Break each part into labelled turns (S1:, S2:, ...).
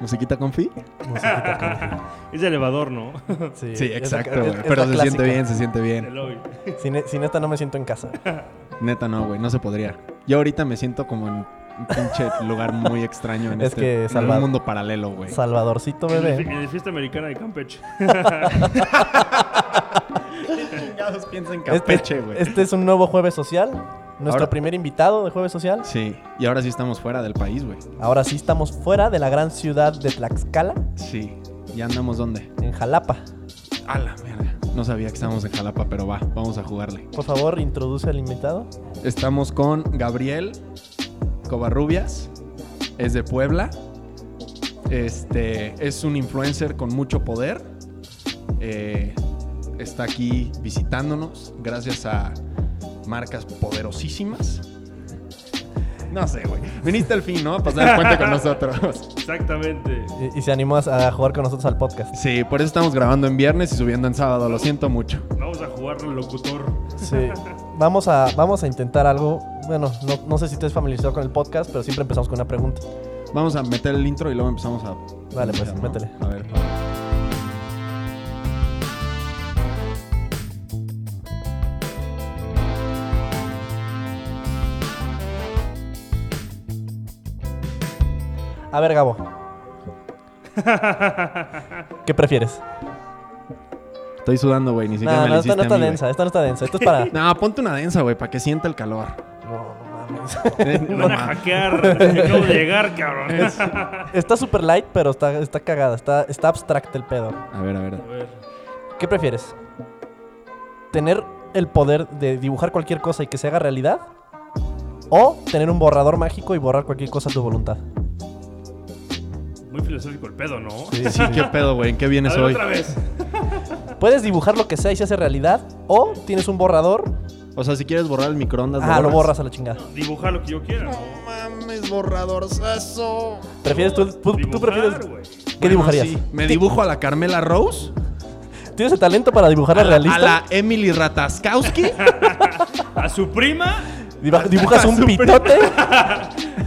S1: ¿Musiquita confi?
S2: Musiquita
S3: Es de elevador, ¿no?
S2: confi. Sí,
S1: Sí,
S2: es la-
S1: exacto,
S2: es-
S1: güey.
S2: es la
S1: Pero se siente
S2: clásica.
S1: bien, se siente
S3: De
S1: bien.
S3: lobby.
S2: Sin, e- sin esta no me siento en casa.
S1: Neta no, güey, no se podría. Yo ahorita me siento como en un pinche lugar muy extraño en
S2: Es
S1: este
S2: que
S1: en un
S2: Salvador-
S1: mundo paralelo, güey.
S2: Salvadorcito bebé.
S3: En la fiesta americana de Campeche.
S1: Chingados piensa en
S2: Este, este es un nuevo jueves social. Nuestro
S1: Ahora-
S2: primer invitado de jueves social.
S1: Sí, y ahora sí estamos fuera del país, güey.
S2: Ahora sí estamos fuera de la gran ciudad de Tlaxcala,
S1: Sí. ¿Ya andamos dónde?
S2: en Jalapa.
S1: A la mierda. No sabía que estábamos en Jalapa, pero va, vamos a jugarle.
S2: Por favor, introduce al invitado.
S1: Estamos con Gabriel Covarrubias. Es de Puebla. Este es un influencer con mucho poder. Eh, está aquí visitándonos gracias a marcas poderosísimas. No sé, güey. Viniste al fin, ¿no? A pasar el puente con nosotros.
S3: Exactamente.
S2: Y, y se animó a, a jugar con nosotros al podcast.
S1: Sí, por eso estamos grabando en viernes y subiendo en sábado. Lo siento mucho.
S3: Vamos a jugar al locutor.
S2: Sí. Vamos a, vamos a intentar algo. Bueno, no, no sé si estés familiarizado con el podcast, pero siempre empezamos con una pregunta.
S1: Vamos a meter el intro y luego empezamos a.
S2: Vale, pues,
S1: ¿no?
S2: métele.
S1: A ver.
S2: A ver, Gabo. ¿Qué prefieres?
S1: Estoy sudando, güey. Ni
S2: No,
S1: siquiera me
S2: no,
S1: la
S2: esta
S1: hiciste
S2: no
S1: a
S2: está
S1: mí, güey.
S2: densa, esta no está densa. Esto es para.
S1: No, ponte una densa, güey, para que sienta el calor.
S2: No, no mames.
S1: Eh,
S3: Me
S1: no
S3: van a
S1: mames.
S3: hackear. Acabo de llegar, cabrón.
S2: Está super light, pero está, está cagada, está, está abstracta el pedo.
S1: a ver, a ver.
S3: A ver.
S2: ¿Qué prefieres? ¿Tener el poder de dibujar cualquier cosa y que se haga realidad? ¿O tener un borrador mágico y borrar cualquier cosa a tu voluntad?
S3: Muy filosófico el pedo, ¿no?
S1: Sí, qué pedo, güey. ¿En qué
S3: A
S1: vienes
S3: ver,
S1: hoy?
S3: otra vez.
S2: Puedes dibujar lo que sea y se hace realidad, o tienes un borrador,
S1: O sea, si quieres borrar el microondas,
S2: ah, lo borras a la chingada.
S3: Dibujar lo que yo quiera.
S1: No mames, borradorzazo.
S2: ¿Prefieres tú, tú- tú
S3: Dibujar,
S2: prefieres
S3: güey.
S2: qué
S1: Bueno,
S2: dibujarías?
S1: sí. ¿Me
S2: Ti-
S1: dibujo a la Carmela Rose?
S2: ¿Tienes el talento para dibujar la realista?
S1: ¿A la Emily Rataskowski?
S3: A su prima,
S2: Diba- ¿Dibujas un
S1: Súper.
S2: pitote?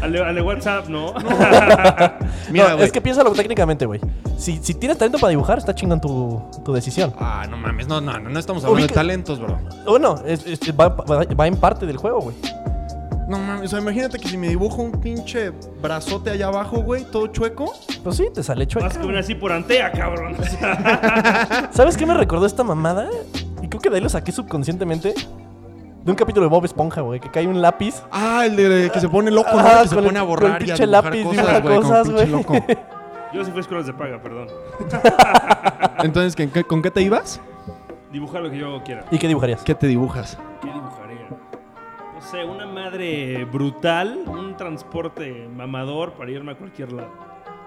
S3: al de- al de WhatsApp, ¿no?
S1: Mira,
S2: no,
S1: güey.
S2: es que piénsalo técnicamente, güey. Si, si tienes talento para dibujar, está chingón tu, tu decisión.
S1: Ah, no mames. No, no, no, no estamos hablando
S2: Ubica-
S1: de talentos, bro.
S2: Bueno, es- es- va, va- va en parte del juego, güey.
S1: No mames. O sea, imagínate que si me dibujo un pinche brazote allá abajo, güey, todo chueco.
S2: Pues sí, te sale chueca.
S3: Vas a comer así por antea, cabrón. O sea,
S2: ¿Sabes qué me recordó esta mamada? Y creo que de ahí lo saqué subconscientemente. De un capítulo de Bob Esponja, güey, que cae un lápiz.
S1: Ah, el de que se pone loco, ¿no?
S2: Ah,
S1: que se
S2: con el-
S1: pone a
S2: con el
S1: borrar y a
S2: pinche
S1: dibujar
S2: lápiz,
S1: cosas,
S2: dibuja
S1: güey. como
S2: cosas,
S1: pinche
S2: güey.
S1: loco.
S3: Yo sí fui a escuelas de paga, perdón.
S1: Entonces, ¿con qué, con qué te ibas?
S3: Dibujar lo que yo quiera.
S2: ¿Y qué dibujarías?
S1: ¿Qué te dibujas?
S3: ¿Qué dibujaría? No sé, una madre brutal, un transporte mamador para irme a cualquier lado.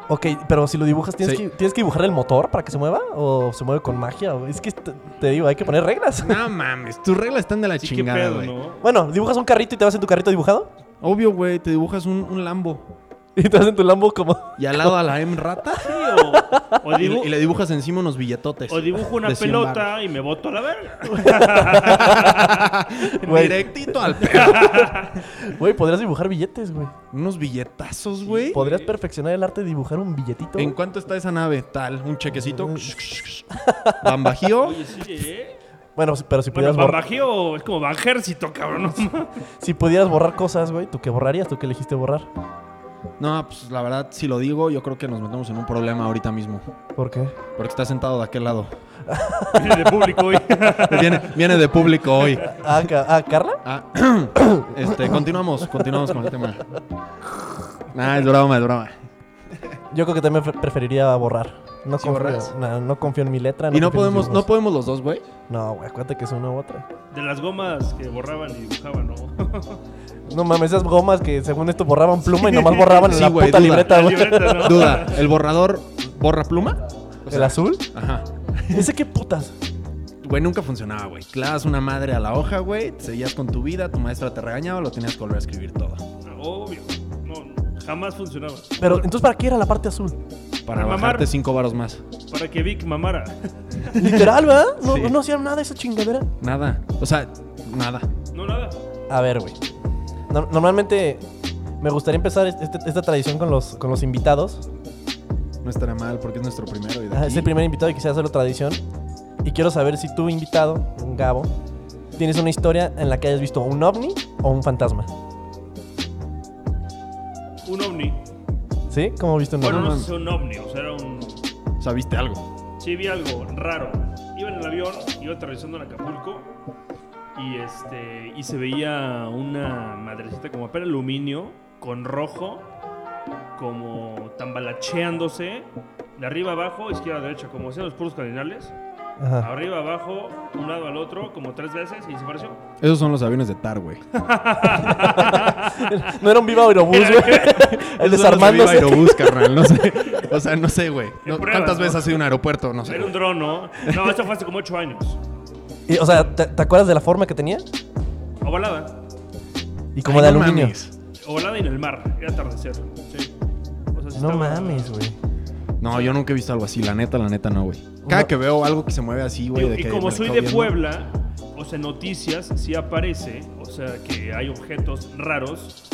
S2: Ok, pero si lo dibujas, ¿tienes,
S1: Sí.
S2: que, ¿tienes que dibujar el motor para que se mueva? ¿O se mueve con magia? güey? Es que te, te digo, hay que poner reglas.
S1: No mames, tus reglas están de la
S3: Sí, qué
S1: chingada,
S3: pedo,
S1: güey.
S3: ¿no?
S2: Bueno, dibujas un carrito y te vas en tu carrito dibujado.
S1: Obvio, güey, te dibujas un, un Lambo.
S2: Y te vas en tu Lambo como.
S1: Y al lado a la M rata.
S3: Sí, o, o
S1: Y,
S3: dibu-
S1: y le dibujas encima unos billetotes.
S3: o dibujo una
S1: de 100
S3: pelota y me boto a la verga.
S2: Güey.
S1: Directito al perro.
S2: Güey, podrías dibujar billetes, güey.
S1: unos billetazos, güey.
S2: Podrías perfeccionar el arte de dibujar un billetito.
S1: ¿En
S2: güey.
S1: cuánto está esa nave? Tal, un chequecito. Bambajío.
S3: Oye, sí, ¿eh?
S2: Bueno, pero si
S3: Bueno,
S2: pudieras, borrar,
S3: Bambajío es como Banjército, cabrón. ¿no?
S2: si pudieras borrar cosas, güey, ¿tú qué borrarías? ¿Tú qué elegiste borrar?
S1: No, pues la verdad, si lo digo, yo creo que nos metemos en un problema ahorita mismo.
S2: ¿Por qué?
S1: Porque está sentado de aquel lado.
S3: Viene de público hoy.
S1: Viene, viene de público hoy.
S2: ¿A, Ca- a Carla?
S1: Ah, este, continuamos, continuamos con el tema. Nah, es broma, es broma.
S2: Yo creo que también pre- preferiría borrar. No,
S1: ¿Sí borras?
S2: confío, no, no confío en mi letra.
S1: Y no
S2: confío en
S1: podemos,
S2: mis
S1: no
S2: dibujos.
S1: podemos los dos, güey.
S2: No, güey, acuérdate que es una u otra.
S3: De las gomas que borraban y dibujaban, ¿no?
S2: No mames, esas gomas que según esto borraban pluma y nomás borraban en
S1: Sí,
S2: la
S1: güey,
S2: puta
S1: duda.
S2: libreta,
S3: La
S2: güey.
S3: libreta, ¿no?
S1: Duda, ¿el borrador borra pluma? O
S2: ¿El
S1: sea,
S2: azul?
S1: Ajá.
S2: Ese qué putas.
S1: Güey, nunca funcionaba, güey. Clavas una madre a la hoja, güey. Seguías con tu vida, tu maestra te regañaba, lo tenías que volver a escribir todo.
S3: Obvio. No, no, jamás funcionaba.
S2: Pero entonces, ¿para qué era la parte azul?
S1: Para
S3: Para mamar.
S1: bajarte cinco varos más.
S3: Para que Vic mamara.
S2: Literal, ¿verdad? No,
S1: Sí.
S2: no hacían nada esa chingadera.
S1: Nada. O sea, nada.
S3: No, nada.
S2: A ver, güey. No- este, normalmente me gustaría empezar este- esta tradición con los, con los invitados.
S1: No estará mal porque es nuestro primero. Y de
S2: Ajá,
S1: aquí-
S2: Ah, Es el primer invitado y quisiera hacerlo tradición. Y quiero saber si tu invitado, Gabo, tienes una historia en la que hayas visto un ovni o un fantasma.
S3: Un ovni.
S2: ¿Sí? ¿Cómo viste un
S3: Bueno,
S2: ovni?
S3: no sé si un ovni, o sea, era un.
S1: O sea, viste algo.
S3: Sí, vi algo raro. Iba en el avión, iba aterrizando en Acapulco. Y este. Y se veía una madrecita como papel aluminio, con rojo, como tambalacheándose, de arriba abajo, izquierda derecha, como hacían los puros cardinales.
S2: Ajá.
S3: Arriba abajo, un lado al otro, como tres veces, y se pareció.
S1: Esos son los aviones de TAR, güey.
S3: Ah.
S2: No era un viva aerobús, güey. El
S1: Esos son los de Viva
S2: desarmándose.
S1: Aerobús, carnal. No sé. O sea, no sé, güey. No,
S3: pruebas,
S1: ¿Cuántas
S3: ¿no?
S1: veces has ido a un aeropuerto? No sé.
S3: Era un dron, ¿no? No, esto fue hace como ocho años.
S2: Y, o sea, ¿te, te acuerdas de la forma que tenía?
S3: Ovalada.
S2: Y como
S1: Ay,
S2: de
S1: no
S2: aluminio.
S1: mames.
S3: Ovalada en el mar, era atardecer. Sí. O sea, sí
S2: No
S3: estaba-
S2: mames, güey.
S1: No, yo nunca he visto algo así. La neta, la neta, no, güey. Cada
S2: No.
S1: que veo algo que se mueve así, güey.
S3: Digo,
S1: de
S3: y
S1: que
S3: como
S1: me
S3: soy
S1: quedo
S3: de
S1: viendo,
S3: Puebla, o sea, en noticias sí aparece, o sea, que hay objetos raros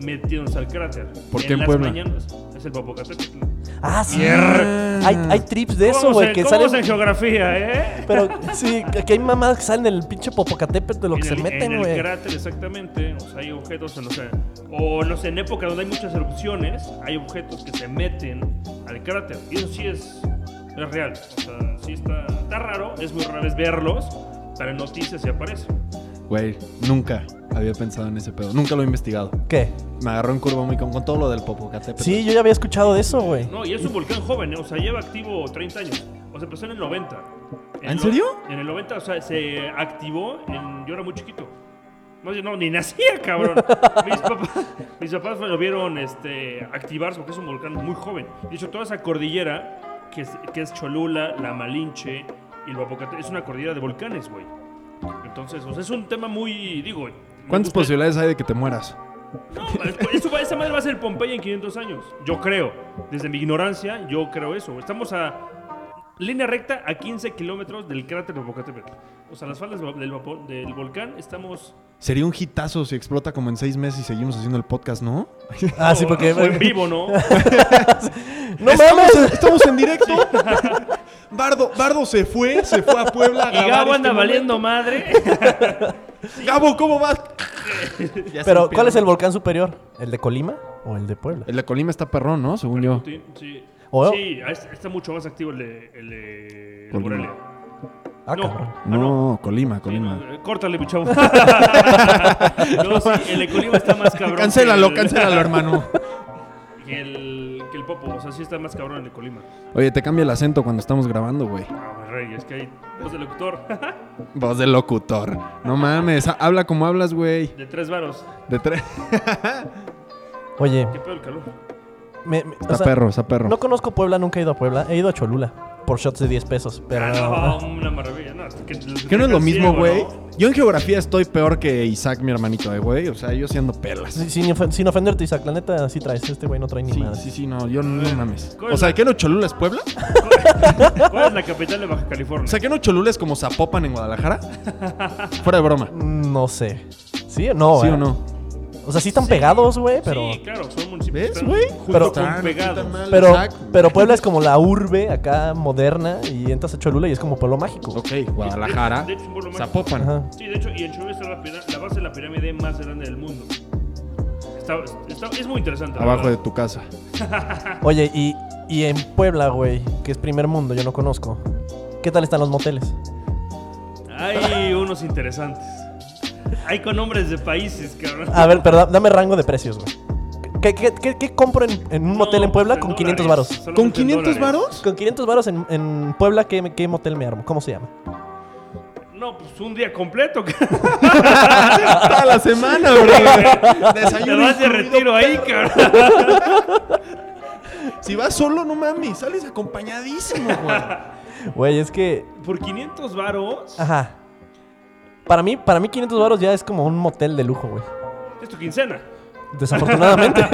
S3: metidos al cráter.
S1: ¿Por qué en
S3: las
S1: Puebla?
S3: mañanas es el Popocatépetl.
S2: Ah, sí.
S1: Mierda.
S2: Hay, hay trips de eso,
S3: ¿Cómo
S2: güey,
S3: se-
S2: que
S3: cómo
S2: salen.
S3: se en geografía, eh?
S2: Pero sí, que hay mamadas que salen del pinche Popocatépetl de lo
S3: En
S2: que se
S3: el-
S2: meten,
S3: En el
S2: güey.
S3: cráter, exactamente. O sea, hay objetos, o, sea, o no sé, en época donde hay muchas erupciones, hay objetos que se meten al cráter. Y eso sí es, es real. O sea, sí está, está raro, es muy raro es verlos, pero en noticias sí aparece.
S1: Güey, nunca había pensado en ese pedo. Nunca lo he investigado.
S2: ¿Qué?
S1: Me agarró en curva muy con, con todo lo del Popocatépetl.
S2: Sí, yo ya había escuchado de eso, güey.
S3: No, y es un volcán joven, ¿eh? o sea, lleva activo 30 años. O sea, empezó en el 90.
S1: ¿En
S3: lo-
S1: serio?
S3: En el 90, o sea, se activó en... Yo era muy chiquito. No, yo no, ni nacía, cabrón. mis, papás, mis papás lo vieron este, activarse porque es un volcán muy joven. De hecho, toda esa cordillera, que es, que es Cholula, La Malinche y el Popocatépetl, es una cordillera de volcanes, güey. Entonces, o sea, es un tema muy... Digo... me
S1: ¿Cuántas
S3: gusta-
S1: posibilidades hay de que te mueras?
S3: no, pues, eso va- esa madre va a ser Pompeya en 500 años. Yo creo. Desde mi ignorancia, yo creo eso. Estamos a línea recta a 15 kilómetros del cráter de Popocatépetl. O sea, las faldas del, vapo- del volcán estamos
S1: Sería un hitazo si explota como en seis meses y seguimos haciendo el podcast, ¿no?
S2: Ah, sí, porque.
S3: o en vivo, ¿no?
S2: ¡No
S1: estamos, en,
S2: mames!
S1: estamos en directo. Bardo, Bardo se fue, se fue a Puebla. a
S3: Y
S1: grabar este
S3: Gabo anda
S1: momento.
S3: valiendo madre.
S1: Gabo, ¿cómo vas? Ya
S2: Pero,
S1: se
S2: ¿cuál es el
S1: empieza.
S2: volcán superior? ¿El de Colima o el de Puebla?
S1: El de Colima está perrón, ¿no? Según yo.
S3: Sí, sí.
S2: O-
S3: Sí, ah, es- está mucho más activo el de, el de el
S1: Colima.
S3: Morelia.
S2: Ah,
S3: No.
S2: cabrón.
S3: Ah,
S1: No, Colima,
S3: Sí,
S1: Colima.
S3: no, eh, Córtale, chavo. no, sí, el de Colima está más cabrón. que
S1: Cancélalo,
S3: el-
S1: cancélalo, hermano.
S3: que el, que el Popo. O sea, sí está más cabrón el de Colima.
S1: Oye, te cambia el acento cuando estamos grabando, güey.
S3: Ah, güey, rey, es que hay voz de locutor.
S1: Voz de locutor. No mames, ha- habla como hablas, güey.
S3: de tres varos.
S1: De tres.
S2: Oye,
S3: Qué pedo el calor.
S2: me- me- o
S1: Está
S2: sea,
S1: perro, está perro.
S2: no conozco Puebla, nunca he ido a Puebla. He ido a Cholula por shots de 10 pesos. Pero.
S3: Ah, no, una maravilla. No, hasta que,
S1: Que no es lo mismo,
S3: ciego,
S1: güey.
S3: ¿no?
S1: Yo en geografía estoy peor que Isaac, mi hermanito, eh, güey. O sea, yo siendo pelas.
S2: Sin, sin ofen- sin ofenderte, Isaac, la neta sí traes. Este güey no trae ni
S1: Sí,
S2: nada.
S1: sí, sí, no, yo no, no mames.
S3: ¿cuál
S1: O
S3: es
S1: sea,
S3: la-
S1: ¿qué no Cholula es Puebla?
S3: ¿Cuál es la capital de Baja California?
S1: O sea, ¿qué no Cholula es como Zapopan en Guadalajara? Fuera de broma.
S2: No sé. ¿Sí o no?
S1: ¿Sí
S2: eh?
S1: o no?
S2: O sea, sí están pegados, güey, pero.
S3: Sí, claro, son municipios. que
S1: ¿Ves,
S3: están
S1: güey?
S3: Junto
S2: Pero-
S3: con
S1: Están-
S3: pegados.
S1: están mal,
S2: Pero,
S1: Isaac.
S2: pero Puebla es como la urbe acá moderna y entras a Cholula y es como pueblo mágico.
S1: Ok, Guadalajara,
S3: De hecho, es un pueblo mágico.
S1: Zapopan.
S2: Ajá.
S3: Sí, de hecho, y en Cholula está la, pira- la base de la pirámide más grande del mundo. Está, está- es muy interesante. la
S1: Abajo de
S3: verdad.
S1: tu casa.
S2: Oye, y, y en Puebla, güey, que es primer mundo, yo no conozco. ¿Qué tal están los moteles?
S3: Hay unos interesantes. Hay con nombres de países, cabrón.
S2: A ver, pero da- dame rango de precios, güey. ¿Qué, qué, qué- qué compro en, en un motel en
S3: pues,
S2: Puebla con 500 varos?
S1: ¿Con 500 varos?
S2: Con 500 varos en, en Puebla, ¿qué, ¿qué motel me armo? ¿Cómo se llama?
S3: No, pues un día completo.
S1: Toda la semana, bro.
S3: Te
S1: Desayuno
S3: vas de
S1: incluido,
S3: retiro ahí, cabrón.
S1: Si vas solo, no mames, sales acompañadísimo, güey.
S2: Güey, es que...
S3: Por 500 varos.
S2: Ajá. Para mí, para mí 500 varos ya es como un motel de lujo, güey.
S3: Es tu quincena.
S2: Desafortunadamente.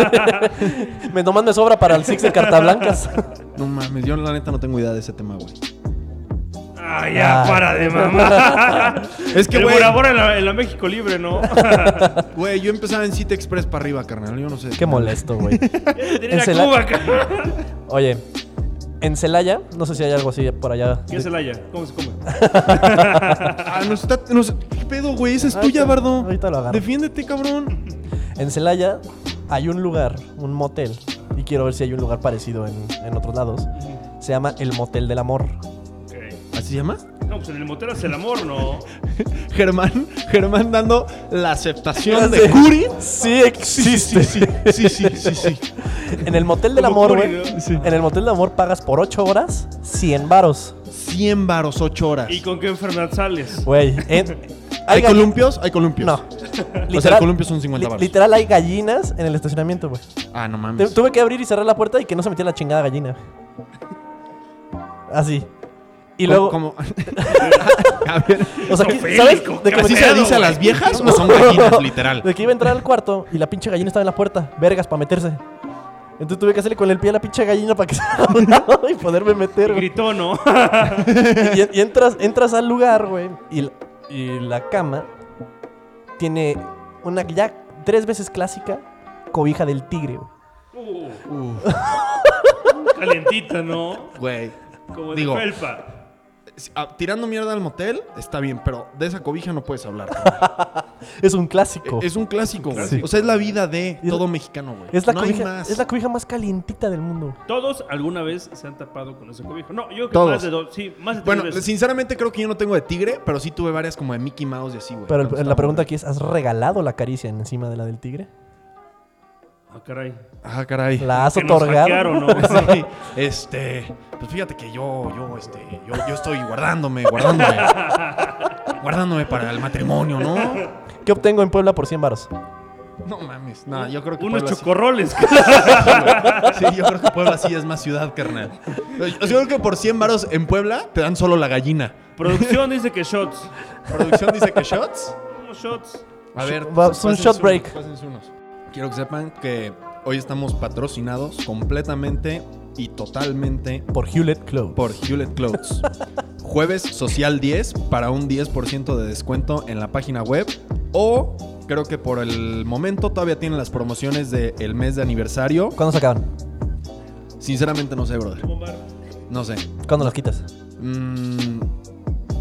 S2: me, nomás me sobra para el Six de Cartablancas.
S1: No mames, yo la neta no tengo idea de ese tema, güey.
S3: Ah, ya,
S2: Ah.
S3: para de mamá.
S1: Es que,
S3: El
S1: güey,
S3: Bora Bora en la, en la México Libre, ¿no?
S1: güey, yo empezaba en Cita Express para arriba, carnal. Yo no sé.
S2: Qué molesto, güey.
S3: Tener a
S2: Encelada.
S3: Cuba, cabrón.
S2: Oye, En Celaya, no sé si hay algo así por allá.
S3: ¿Qué es el haya? ¿Cómo se come?
S1: Ah, nos está. nos- ¿Qué pedo, güey? Esa es
S2: Ah,
S1: tuya,
S2: ahorita-
S1: Bardo.
S2: ahorita lo agarro.
S1: Defiéndete, cabrón.
S2: En Celaya hay un lugar, un motel, y quiero ver si hay un lugar parecido en, en otros lados. Se llama el Motel del Amor.
S3: Ok.
S1: ¿Así se llama?
S3: No, pues en el motel hace el amor, ¿no?
S1: Germán, Germán dando la aceptación
S2: Sí.
S1: de Curi.
S2: Sí existe.
S1: sí, sí, sí, sí, sí.
S2: En el Motel del
S3: Como
S2: Amor,
S3: Curi,
S2: güey,
S3: ¿no?
S1: Sí.
S2: En el Motel del Amor pagas por 8 horas 100 varos.
S1: 100 varos, 8 horas.
S3: ¿Y con qué enfermedad sales?
S2: Güey. en-
S1: ¿Hay
S2: galli-
S1: columpios? Hay columpios.
S2: No.
S1: O sea, el columpio son 50
S2: li-
S1: varos.
S2: Literal hay gallinas en el estacionamiento, güey.
S1: Ah, no
S2: Te-
S1: mames.
S2: Tuve que abrir y cerrar la puerta y que no se metiera la chingada gallina. Así. Y luego,
S1: Como- a ver,
S2: o sea, que-
S3: Ofélico,
S2: ¿sabes?
S3: qué
S2: que-
S1: ¿Así se le dice a las viejas o son gallinas, literal?
S2: De que iba a entrar al cuarto y la pinche gallina estaba en la puerta, vergas, para meterse. Entonces tuve que hacerle con el pie a la pinche gallina para que se haga a un lado y poderme meter, güey.
S3: Gritó, ¿no?
S2: Y, y entras, entras al lugar, güey, y, l- y la cama tiene una ya tres veces clásica cobija del tigre, güey.
S3: Uh,
S1: Uf,
S3: calentita, ¿no?
S1: Güey.
S3: Como
S1: Digo,
S3: de felpa.
S1: si- ah, tirando mierda al motel está bien, pero de esa cobija no puedes hablar.
S2: Es un clásico.
S1: es un clásico, güey.
S3: Sí.
S1: O sea, es la vida de
S2: Es-
S1: todo mexicano, güey.
S2: Es la,
S1: no hay
S2: cobija,
S1: más.
S2: es la cobija más calientita del mundo.
S3: Todos alguna vez se han tapado con ese cobijo. No, yo creo que
S1: Todos.
S3: más de dos. Sí, más de tres
S1: Bueno,
S3: veces.
S1: sinceramente creo que yo no tengo de tigre, pero sí tuve varias como de Mickey Mouse y así, güey.
S2: Pero el-
S1: Cuando
S2: la
S1: estaba
S2: pregunta
S1: morro.
S2: aquí es, ¿has regalado la caricia encima de la del tigre?
S3: Ah, caray.
S1: Ah, caray.
S2: ¿La has
S3: Que nos
S2: otorgado?
S3: hackearon, ¿no? Sí.
S1: Sí, este, pues fíjate que yo, yo, este, yo, yo estoy guardándome, guardándome, guardándome para el matrimonio, ¿no?
S2: ¿Qué obtengo en Puebla por 100 varos?
S1: No mames, no, yo creo que
S3: Unos
S1: Puebla sí-
S3: chocorroles.
S1: Sí, yo creo que Puebla sí es más ciudad, carnal. Yo creo que por 100 varos en Puebla te dan solo la gallina.
S3: Producción dice que shots.
S1: Producción dice que shots.
S3: Unos shots.
S1: A ver,
S2: Va, es un
S1: pásense
S2: shot
S1: unos,
S2: break.
S1: pásense unos. Quiero que sepan que hoy estamos patrocinados completamente y totalmente
S2: Por Hewlett Clothes.
S1: por Hewlett Clothes. Jueves Social 10 para un 10% de descuento en la página web o creo que por el momento todavía tienen las promociones del mes de aniversario.
S2: ¿Cuándo se acaban?
S1: Sinceramente no sé, brother.
S3: Bombar.
S1: No sé.
S2: ¿Cuándo los quitas?
S1: Mm,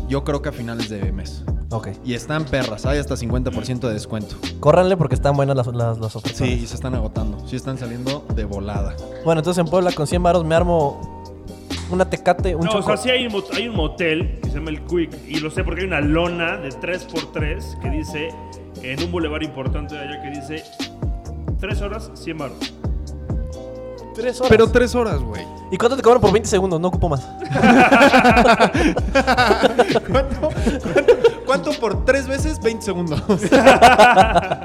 S1: yo creo que a finales de mes.
S2: Ok.
S1: Y están perras, hay hasta 50% de descuento.
S2: Córranle porque están buenas las, las, las ofertas.
S1: Sí, y se están agotando. Sí, están saliendo de volada.
S2: Bueno, entonces en Puebla con 100 varos me armo una tecate, un
S3: no, o
S2: choco.
S3: sea, sí hay un, mot- hay un motel que se llama el Quick. Y lo sé porque hay una lona de 3x3 que dice, en un bulevar importante de allá, que dice 3 horas, 100 baros.
S2: Tres horas.
S1: Pero tres horas, güey.
S2: ¿Y cuánto te cobran por 20 segundos? No ocupo más.
S1: ¿Cuánto, cuánto, cuánto por tres veces? 20 segundos.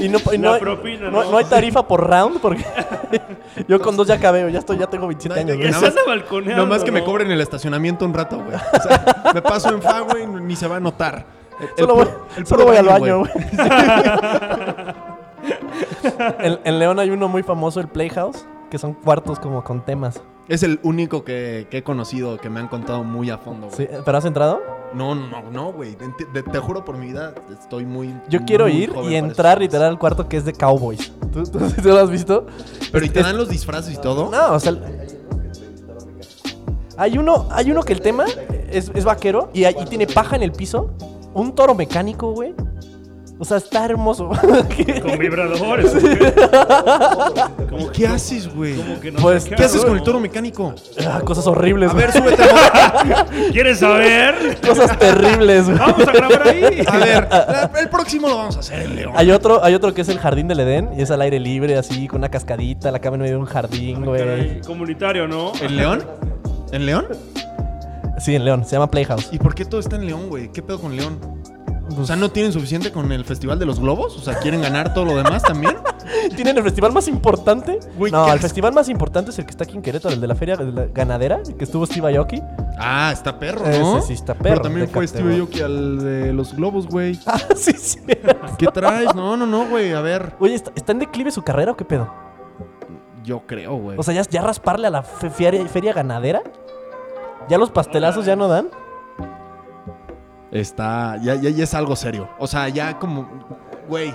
S2: Y no, y
S3: La
S2: no, hay-
S3: propina,
S2: no-
S3: ¿no?
S2: no hay tarifa por round porque yo con dos ya acabé, ya estoy, ya tengo 27
S1: No,
S2: años.
S1: ya-
S2: güey.
S1: Nada
S3: Estás
S1: más-
S3: balconeando.
S1: No más que me
S3: ¿no?
S1: cobren el estacionamiento un rato, güey. O sea, me paso en fa, güey, ni se va a notar. El- el
S2: Solo voy,
S1: puro- el
S2: solo
S1: puro
S2: voy al
S1: baño,
S2: baño, güey. en, en León hay uno muy famoso, el Playhouse, que son cuartos como con temas.
S1: Es el único que, que he conocido que me han contado muy a fondo, güey.
S2: Sí, ¿Pero has entrado?
S1: No, no, no, güey. Enti- Te, te juro por mi vida, estoy muy.
S2: Yo quiero
S1: muy
S2: ir
S1: joven
S2: y
S1: para
S2: entrar
S1: esas
S2: literal al cuarto que es de Cowboys. ¿Tú, tú, sí lo has visto?
S1: cosas. Pero ¿y te
S2: Es- Ah,
S1: dan los disfraces y todo?
S2: No, o sea. Hay uno, hay uno que el tema es, es vaquero y, hay- y tiene paja en el piso. Un toro mecánico, güey. O sea, está hermoso.
S3: Con vibradores.
S1: ¿Y
S3: Como
S1: qué haces, güey?
S3: como que no
S2: Pues,
S3: sé
S1: ¿Qué haces
S3: hago,
S1: con el
S3: ¿no?
S1: toro mecánico?
S2: Ah, cosas horribles,
S1: A
S2: güey.
S1: ver, súbete a moto.
S3: ¿Quieres saber?
S2: Cosas terribles, güey.
S3: Vamos a grabar ahí.
S1: A ver, la- el próximo lo vamos a hacer en León.
S2: Hay otro, hay otro que es el jardín del Edén y es al aire libre, así, con una cascadita, la cama en medio de un
S1: Ah,
S2: jardín, güey.
S3: Caray, Comunitario, ¿no?
S1: ¿En León? ¿En León?
S2: Sí, en León, se llama Playhouse.
S1: ¿Y por qué todo está en León, güey? ¿Qué pedo con León? O
S2: Pues-
S1: sea, ¿no tienen suficiente con el Festival de los Globos? O sea, ¿quieren ganar todo lo demás también?
S2: ¿Tienen el festival más importante?
S1: Güey,
S2: no,
S1: qué
S2: el
S1: asco.
S2: festival más importante es el que está aquí en Querétaro, el de la feria de la ganadera, el que estuvo Steve Aoki.
S1: Ah, está perro, ¿no?
S2: Ese sí está
S1: Pero
S2: perro,
S1: también
S2: de
S1: fue Steve
S2: categoría.
S1: Aoki al de los Globos, güey.
S2: Ah, sí, sí.
S1: ¿Qué traes? No, no, no, güey. A ver,
S2: Oye, ¿está, está en declive su carrera o qué pedo?
S1: yo creo, güey.
S2: O sea, ¿ya, ya rasparle a la fe- feria, feria ganadera? ¿Ya los pastelazos ya no dan?
S1: Está, ya, ya, ya es algo serio. O sea, ya como, güey.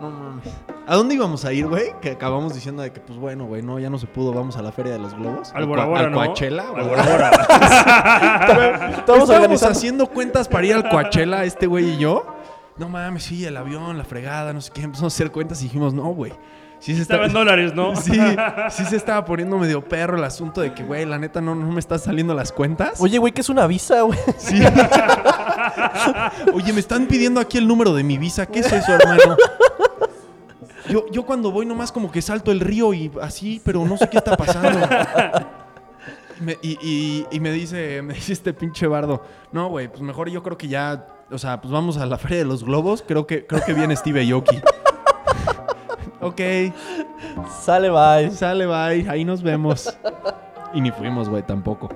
S1: No, no, no. ¿A dónde íbamos a ir, güey? Que acabamos diciendo de que, pues bueno, güey, no, ya no se pudo, vamos a la Feria de los Globos.
S3: Al
S1: Cua-
S3: Bora Bora,
S1: al
S3: ¿no?
S1: Coachella,
S3: Al
S1: güey.
S3: Bora Bora.
S2: Estamos
S1: Estábamos
S2: organizando.
S1: haciendo cuentas para ir al Coachella, este güey y yo. No mames, sí, el avión, la fregada, no sé qué. Empezamos a hacer cuentas y dijimos, no, güey. Sí se
S3: Estaba
S1: está...
S3: en dólares, ¿no?
S1: Sí, sí se estaba poniendo medio perro el asunto de que, güey, la neta no, no me están saliendo las cuentas.
S2: Oye, güey, ¿qué es una visa, güey?
S1: Sí. Oye, me están pidiendo aquí el número de mi visa. ¿Qué es eso, hermano? Yo, yo cuando voy nomás como que salto el río y así, pero no sé qué está pasando. Y me, y- y- y me dice, me dice este pinche bardo, no, güey, pues mejor yo creo que ya, o sea, pues vamos a la Feria de los Globos, creo que, creo que viene Steve Aoki. ok,
S2: Sale, bye.
S1: sale, bye, ahí nos vemos. Y ni fuimos, güey, tampoco.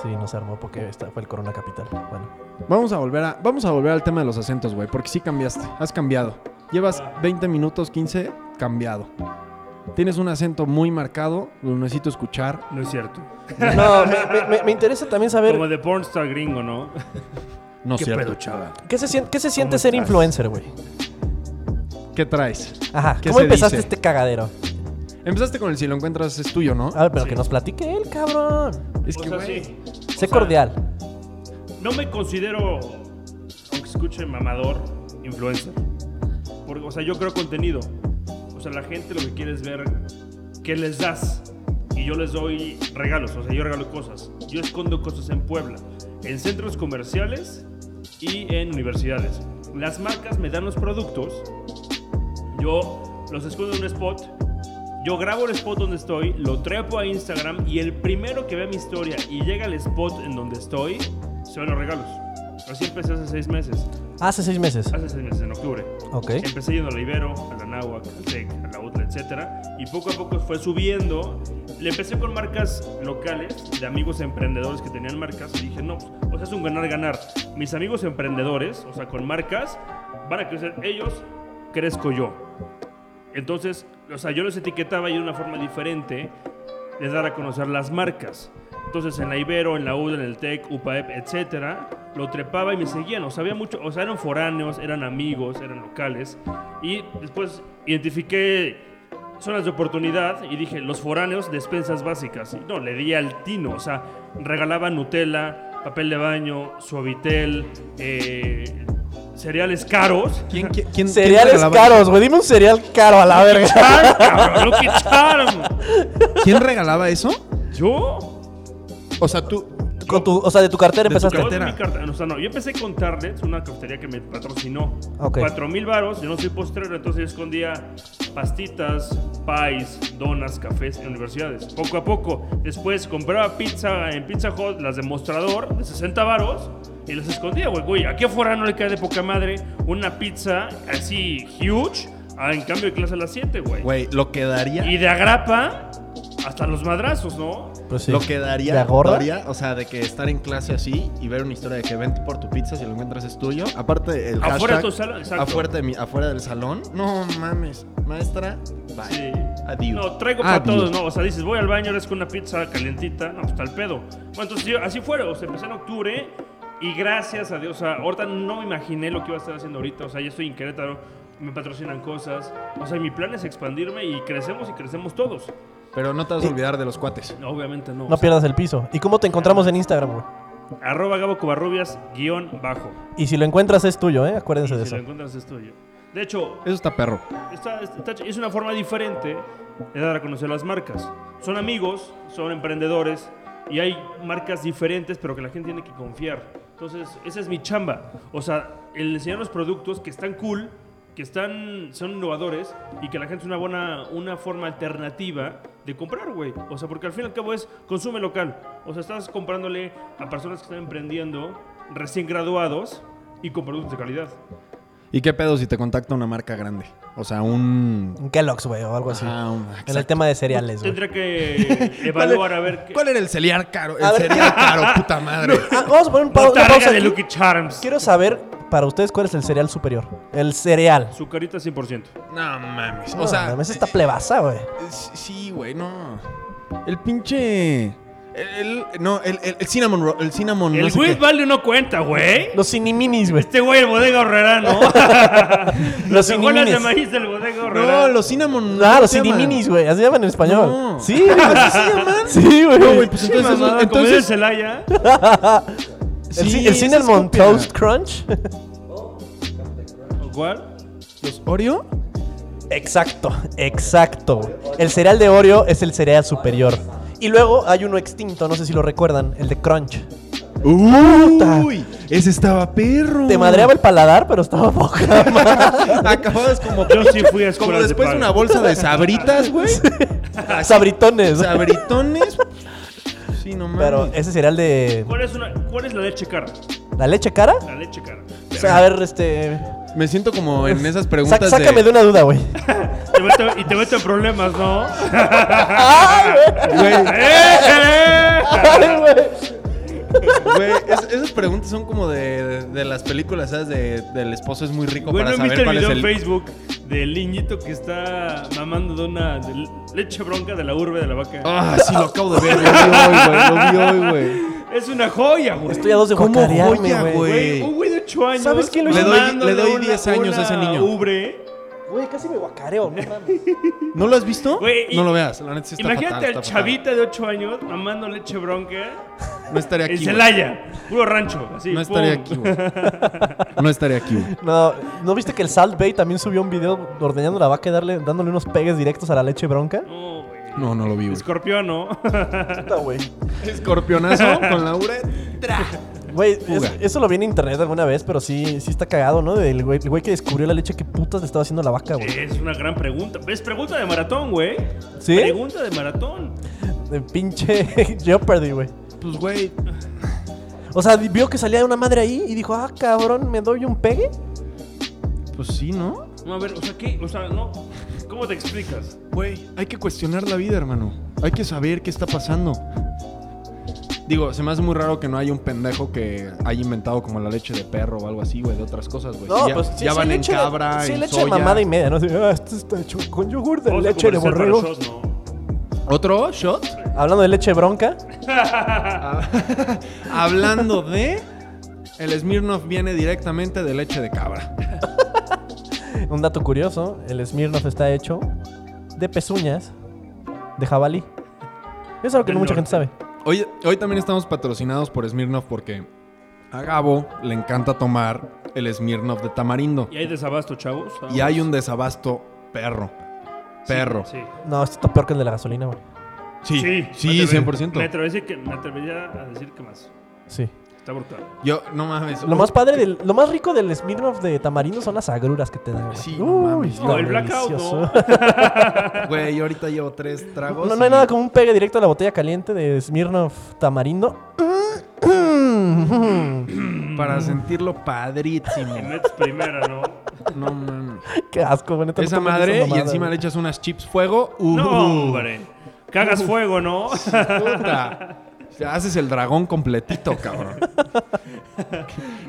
S2: Sí, nos armó porque esta fue el Corona Capital. Bueno,
S1: Vamos a volver a, vamos a volver al tema de los acentos, güey, porque sí cambiaste, has cambiado. Llevas 20 minutos, 15, cambiado. Tienes un acento muy marcado, lo necesito escuchar.
S3: No es cierto.
S2: no, me, me- me- me interesa también
S3: Como
S2: saber
S3: de pornstar gringo, ¿no?
S1: No es cierto.
S3: chava?
S2: qué se, sien- qué se siente
S3: ¿Cómo
S2: ser
S3: estás?
S2: influencer, güey.
S1: ¿Qué traes?
S2: Ajá,
S1: ¿Qué
S2: ¿cómo
S1: se
S2: empezaste
S1: dice?
S2: este cagadero?
S1: Empezaste con el si lo encuentras es tuyo, ¿no?
S2: A ver, pero
S3: Sí.
S2: que nos platique él, cabrón.
S1: es que, güey,
S2: Sé cordial.
S3: No me considero, aunque escuche mamador, influencer. Porque, o sea, yo creo contenido. O sea, la gente lo que quiere es ver qué les das. Y yo les doy regalos, o sea, yo regalo cosas. Yo escondo cosas en Puebla, en centros comerciales y en universidades. Las marcas me dan los productos, yo los escondo en un spot, yo grabo el spot donde estoy, lo trepo a Instagram y el primero que vea mi historia y llega al spot en donde estoy, se van los regalos. Así empecé hace seis meses.
S2: Hace seis meses.
S3: Hace seis meses, en octubre.
S2: Ok.
S3: Empecé yendo a la Ibero, a la Nahuac, al TEC, a la UTLA, etc. Y poco a poco fue subiendo. Le empecé con marcas locales, de amigos emprendedores que tenían marcas. Y dije, no, pues, o sea, es un ganar-ganar. Mis amigos emprendedores, o sea, con marcas, van a crecer ellos, crezco yo. Entonces, o sea, yo los etiquetaba y de una forma diferente les dar a conocer las marcas. Entonces, en la Ibero, en la UD, en el TEC, UPAEP, etcétera, lo trepaba y me seguían. O sea, había mucho, o sea, eran foráneos, eran amigos, eran locales. Y después identifiqué zonas de oportunidad y dije, los foráneos, despensas básicas. Y no, le di al tino, o sea, regalaba Nutella, papel de baño, suavitel, eh, cereales caros.
S1: ¿quién, quién, quién-
S2: Cereales
S1: quién regalaba-
S2: caros, güey. Dime un cereal caro a la verga.
S3: ¡Charm, cabrón! ¡Lucky Charm!
S1: ¿Quién regalaba eso?
S3: ¿Yo?
S1: O sea, tú,
S2: Con tu, o sea, de tu cartera
S1: De tu
S2: empezaste.
S1: cartera.
S3: Yo, mi carta- o sea, no, yo empecé con Target, una cafetería que me patrocinó.
S2: Ok.
S3: Cuatro mil varos, yo no soy postrero, entonces yo escondía pastitas, pies, donas, cafés en universidades. Poco a poco. Después compraba pizza en Pizza Hut, las de mostrador, de 60 varos, y las escondía, güey. Güey, aquí afuera no le cae de poca madre una pizza así huge, ah, en cambio de clase a las 7, güey.
S1: güey, lo que daría,
S3: Y de agrapa hasta los madrazos, ¿no?
S2: Pues sí.
S1: lo que
S2: ¿De
S1: daría,
S2: agorra?
S1: daría, o sea, de que estar en clase así y ver una historia de que vente por tu pizza si lo encuentras es tuyo. Aparte el
S3: Afuera de
S1: hashtag,
S3: tu salón, exacto.
S1: afuera, de mi- afuera del salón. No mames, maestra, bye.
S3: Sí.
S1: Adiós.
S3: No, traigo para
S1: Adiós.
S3: todos, ¿no? O sea, dices, voy al baño, eres con una pizza calentita. No, pues está el pedo. Bueno, entonces yo, así fue, o sea, empecé en octubre y gracias a Dios, o sea, ahorita no me imaginé lo que iba a estar haciendo ahorita. O sea, yo estoy en Querétaro, me patrocinan cosas. O sea, mi plan es expandirme y crecemos y crecemos todos.
S1: Pero no te vas a olvidar de los cuates.
S3: No, obviamente no.
S2: No pierdas el piso. ¿Y cómo te encontramos en Instagram, güey?
S3: Arroba Gabo Covarrubias, guión bajo.
S2: Y si lo encuentras es tuyo, ¿eh? Acuérdense
S3: Y
S2: de
S3: si
S2: eso.
S3: lo encuentras es tuyo. De hecho,
S1: Eso está perro.
S3: Está- está- es una forma diferente de dar a conocer las marcas. Son amigos, son emprendedores y hay marcas diferentes, pero que la gente tiene que confiar. Entonces, esa es mi chamba. O sea, el enseñar los productos que están cool, que están, son innovadores y que la gente es una buena, una forma alternativa de comprar, güey. O sea, porque al fin y al cabo es consume local. O sea, estás comprándole a personas que están emprendiendo, recién graduados y con productos de calidad.
S1: ¿Y qué pedo si te contacta una marca grande? O sea, un.
S2: En Kellogg's, güey, o algo así.
S1: Ajá, un-
S2: En el
S1: exacto.
S2: tema de cereales, güey.
S3: Tendría que evaluar a ver qué.
S1: ¿Cuál era el cereal caro?
S2: A
S1: El
S2: ver.
S1: cereal caro, puta madre.
S2: Ah, vamos a poner un pa-
S3: No
S2: una pausa.
S3: targa de
S2: aquí.
S3: Lucky Charms.
S2: Quiero saber para ustedes cuál es el cereal superior. El cereal.
S3: Su carita 100%.
S1: No mames. O
S2: No,
S1: sea.
S2: mames, esta plebaza, güey.
S1: eh, Sí, güey, no. El pinche. El, no, el, el- el cinnamon roll. El cinnamon no
S3: El
S1: sé
S3: Wiz
S1: qué.
S3: Value no cuenta, güey.
S2: Los siniminis, güey.
S3: Este güey, el bodega horrera, ¿no?
S2: Los
S3: Se juegan de
S2: siniminis.
S3: maíz del bodega horrera.
S1: No, los cinnamon.
S2: Ah,
S1: no
S2: los
S1: se llaman.
S2: siniminis, güey. Así llaman en español.
S1: No.
S2: Sí, güey. ¿Así se llaman? Sí, güey.
S1: No, güey, pues
S3: Qué
S1: entonces.
S3: mamada, como dice
S1: entonces
S3: Celaya.
S2: el,
S1: sí,
S2: ci-
S1: esa
S2: el
S1: es
S2: Cinnamon
S1: copia.
S2: Toast Crunch.
S3: ¿Cuál?
S1: ¿Los Oreo?
S2: Exacto, exacto. El cereal de Oreo es el cereal superior. Y luego hay uno extinto, no sé si lo recuerdan, el de Crunch.
S1: Uy, ese estaba perro.
S2: Te madreaba el paladar, pero estaba poca madre.
S1: Acababas como.
S3: Yo sí fui a escuelas
S1: Como
S3: de
S1: después de
S3: paga.
S1: una bolsa de sabritas, güey. Así,
S2: Sabritones.
S1: Sabritones. Sí, no mames.
S2: Pero eh, ese cereal de.
S3: ¿Cuál es, una, ¿Cuál es la leche cara?
S2: ¿La leche cara?
S3: La leche cara.
S2: O sea, a ver, este.
S1: Me siento como en esas
S2: pues, sa-
S1: preguntas
S2: sácame de... una duda, güey.
S3: Te meto- y te meto en problemas, ¿no?
S2: ¡Ay, güey!
S1: Güey,
S3: ¡Eh!
S2: ¡Ay, güey!
S1: güey, es- esas preguntas son como de, de, de las películas, ¿sabes? De, del esposo es muy rico
S3: Bueno,
S1: para
S3: viste
S1: saber
S3: el
S1: cuál es
S3: video en
S1: el...
S3: Facebook del niñito que está mamando de una de leche bronca de la urbe de la vaca.
S1: Ah, sí, lo acabo de ver. Lo vi hoy, güey. Lo vi hoy, güey.
S3: Es una joya, güey.
S2: Estoy a dos de
S1: ¿Cómo joya,
S2: guacarearme, güey.
S1: güey?
S3: Güey, un güey de 8 años.
S2: ¿Sabes quién lo hizo?
S1: Le doy-
S3: mamándole
S1: le doy
S3: una-
S1: 10 años a ese
S3: una
S1: niño.
S3: Ubre.
S2: Güey, casi me guacareo, no mames.
S1: ¿No lo has visto?
S3: Güey, y-
S1: no lo veas. La neta sí está
S3: Imagínate
S1: fatal,
S3: al
S1: está fatal.
S3: chavita de 8 años mamando leche bronca
S1: No estaría aquí,
S3: en
S1: güey.
S3: Celaya. Puro rancho. Así,
S1: No estaría
S3: pum.
S1: aquí, güey. No estaría aquí, güey.
S2: No, ¿no viste que el Salt Bay también subió un video ordeñando la vaca y darle, dándole unos pegues directos a la leche bronca?
S3: No, güey.
S1: No, no lo vi, güey.
S3: Escorpión, ¿no?
S2: Puta, güey.
S1: Escorpionazo con la uret.
S2: Güey, es-
S1: Fuga.
S2: eso lo vi en internet alguna vez, pero sí, sí está cagado, ¿no? Del güey, el güey que descubrió la leche que putas le estaba haciendo a la vaca, güey.
S3: es una gran pregunta. Es pregunta de maratón, güey.
S2: ¿Sí?
S3: Pregunta de maratón.
S2: De pinche Jeopardy, güey.
S1: Pues, güey.
S2: O sea, di- vio que salía una madre ahí y dijo, ah, cabrón, ¿me doy un pegue?
S1: Pues sí, ¿no?
S3: No, a ver, o sea, ¿qué? O sea, no. ¿Cómo te explicas?
S1: Güey, hay que cuestionar la vida, hermano. Hay que saber qué está pasando. Digo, se me hace muy raro que no haya un pendejo que haya inventado como la leche de perro o algo así, güey, de otras cosas, güey. ya, ya van en
S2: leche de-
S1: cabra,
S2: pues, sí,
S1: en
S2: leche de
S1: soya.
S2: mamada y media, ¿no? Así, ah, esto está hecho con yogur de
S3: Vamos a
S2: leche de
S3: comercial para
S2: borrego.
S3: shows, ¿no?
S1: ¿Otro shot?
S2: Hablando de leche bronca,
S1: Hablando de... El Smirnoff viene directamente de leche de cabra.
S2: un dato curioso, el Smirnoff está hecho de pezuñas de jabalí. Eso es algo que
S3: Del
S2: no mucha gente
S3: norte.
S2: sabe.
S1: Hoy, hoy también estamos patrocinados por Smirnoff porque a Gabo le encanta tomar el Smirnoff de tamarindo.
S3: Y hay desabasto, chavos. Ah,
S1: Y hay un desabasto perro. Perro.
S3: Sí.
S2: No, esto está peor que el de la gasolina, güey.
S1: Sí, sí,
S3: me atrevería-
S1: 100%.
S3: Me atrevería, que, me atrevería a decir que más.
S2: Sí.
S3: Está brutal.
S1: Yo, no mames.
S2: Lo más padre, del, lo más rico del Smirnoff de tamarindo son las agruras que te dan. güey.
S1: Sí, no mames,
S2: está
S3: No, el blackout
S2: delicioso.
S3: no.
S1: Güey, yo ahorita llevo tres tragos.
S2: No, no hay nada como un pegue directo a la botella caliente de Smirnoff tamarindo.
S1: y- Para sentirlo padrísimo.
S3: Y metes primera, ¿no?
S1: No mames.
S2: Qué asco, güey. neta, no
S1: Esa
S2: comen
S1: madre
S2: esas
S1: y
S2: mamadas,
S1: encima
S2: güey.
S1: le echas unas chips fuego. Uh,
S2: Uh-huh.
S3: No, hombre. Cagas fuego, ¿no?
S1: puta. Te haces el dragón completito, cabrón.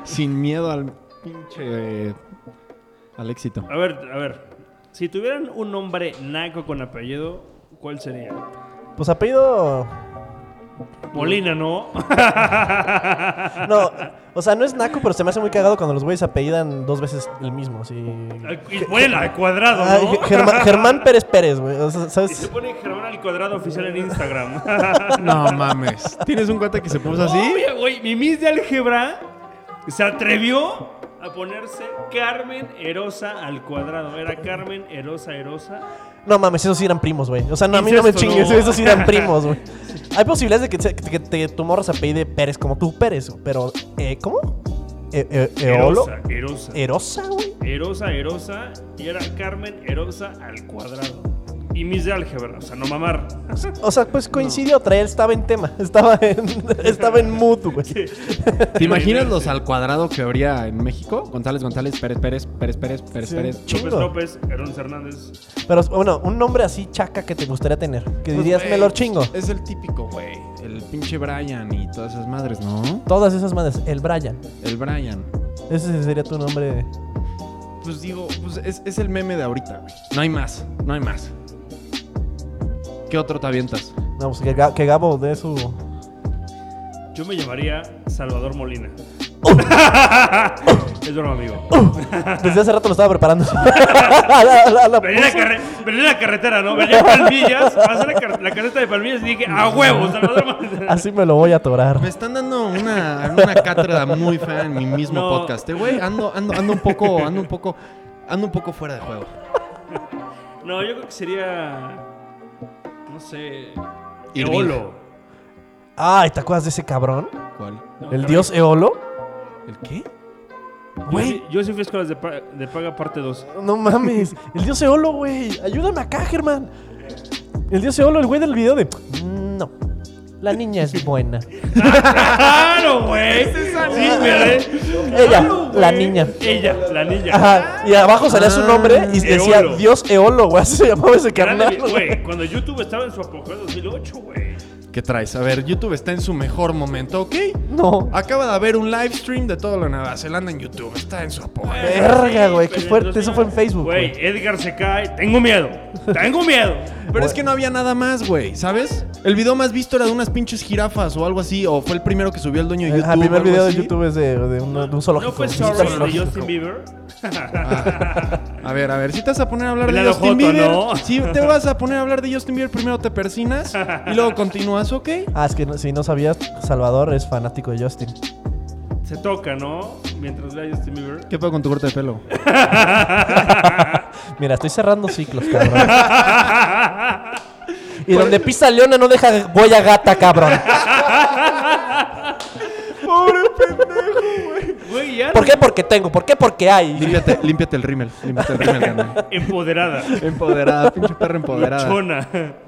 S1: Sin miedo al pinche. eh, Al éxito.
S3: A ver, a ver. Si tuvieran un nombre naco con apellido, ¿cuál sería?
S2: Pues apellido.
S3: Molina, ¿no?
S2: No, o sea, no es naco, pero se me hace muy cagado cuando los güeyes apellidan dos veces el mismo. Así.
S3: Y ponen al cuadrado,
S2: Ay,
S3: ¿no?
S2: Ge- Germán, Germán Pérez Pérez, güey. O sea,
S3: Y se
S2: ¿sabes?
S3: pone Germán al cuadrado oficial en Instagram.
S2: ¿Ah,
S1: No mames. ¿Tienes un cuate que se puso así?
S3: Obvio, güey. Mi Miss de álgebra se atrevió a ponerse Carmen Erosa al cuadrado. Era Carmen Erosa Erosa.
S2: No mames, esos sí eran primos, güey. O sea, no, a mí no me
S3: Incesto,
S2: chingues,
S3: ¿no?
S2: esos sí eran primos, güey. Hay posibilidades de que, se- que, que tu morra se apellide Pérez como tú, Pérez, pero. Eh, ¿Cómo? E- e- ¿Eolo?
S3: Erosa, Erosa.
S2: ¿Erosa, güey?
S3: Erosa Erosa. Y era Carmen Erosa al cuadrado. Y Miss de álgebra. O sea, no mamar.
S2: O sea, pues coincidió, trae, él estaba en tema. Estaba en, estaba en mood, güey.
S1: ¿Te imaginas los al cuadrado que habría en México? González, González, Pérez, Pérez, Pérez, Pérez, Pérez,
S2: Sí.
S1: Pérez.
S3: López
S2: Chingo.
S3: López, Herón Hernández.
S2: Pero bueno, un nombre así chaca que te gustaría tener. Que dirías,
S1: Pues,
S2: me lo chingo.
S1: Es el típico, güey. El pinche Brian y todas esas madres, ¿no?
S2: Todas esas madres. El Brian.
S1: El Brian.
S2: Ese sería tu nombre.
S1: Pues digo, pues es, es el meme de ahorita, güey. No hay más, no hay más. ¿Qué otro te avientas?
S2: No, pues que, Ga- que Gabo dé su,
S3: Yo me llamaría Salvador Molina. es broma, amigo.
S2: Desde hace rato lo estaba preparando. La- la- la
S3: Venía la,
S2: puso.
S3: carre- venía la carretera, ¿no? Venía Palmillas, pasé la, car- la carreta de Palmillas y dije, a huevo, Salvador Molina.
S2: Así me lo voy a atorar.
S1: Me están dando una, una cátedra muy fea en mi mismo
S3: No.
S1: podcast, eh, güey. Ando, ando, ando un poco, ando un poco, ando un poco fuera de juego.
S3: No, yo creo que sería. No sé.
S1: Irving.
S3: Eolo.
S2: Ay, ¿te acuerdas de ese cabrón?
S1: ¿Cuál?
S3: No,
S2: El
S3: caray.
S2: dios Eolo.
S1: ¿El qué?
S3: Yo
S2: Güey,
S3: sí, yo sí fui a escuelas de, pa- de paga parte 2.
S2: no mames. El dios Eolo, güey. Ayúdame acá, Germán. El dios Eolo, el güey del video de. "Mm, No. La niña es buena.
S3: ¡Claro, güey! Sí, mira, eh.
S2: Ella,
S3: Claro,
S2: la
S3: güey.
S2: niña.
S3: Ella, la niña.
S2: Ajá. Y abajo salía su nombre y decía
S3: Ah, Eolo.
S2: Dios Eolo, güey. Así se llamaba ese
S3: Grande,
S2: carnal.
S3: güey. Cuando YouTube estaba en su apogeo en 2008, güey.
S1: ¿Qué traes? A ver, YouTube está en su mejor momento, ¿ok?
S2: No.
S1: Acaba de haber un live stream de todo lo de Nueva Zelanda en YouTube. Está en su apogeo.
S2: Verga,
S3: Sí,
S2: güey, qué
S3: pero
S2: fuerte.
S3: entonces-
S2: Eso fue en Facebook,
S3: Güey, Edgar se cae. Tengo miedo. Tengo miedo.
S1: Pero es que no había nada más, güey, ¿sabes? El video más visto era de unas pinches jirafas o algo así, o fue el primero que subió el dueño de YouTube.
S2: El
S1: o
S2: primer
S1: algo
S2: video de
S1: así.
S2: YouTube es de, de un, de un
S3: No
S2: zoológico.
S3: fue
S2: Un
S3: Sorry de
S2: zoológico.
S3: Justin Bieber.
S1: A ver, a ver, si te vas a poner a hablar de
S3: Lalo
S1: Justin
S3: Joto,
S1: Bieber,
S3: ¿no?
S1: si te vas a poner a hablar de Justin Bieber, primero te persinas y luego continúas, ¿ok?
S2: Ah, es que no- si no sabías, Salvador es fanático de Justin.
S3: Se toca, ¿no? Mientras vea a Justin Bieber.
S1: ¿Qué pasa con tu corte de pelo?
S2: Mira, estoy cerrando ciclos, cabrón. Y donde pisa Leona no deja huella gata, cabrón.
S3: Güey, ya.
S2: ¿Por qué? Porque tengo. ¿Por qué? Porque hay.
S1: Límpiate, límpiate el rímel, límpiate el rímel, carnal.
S3: Empoderada.
S1: Empoderada, pinche perra empoderada.
S3: Chona.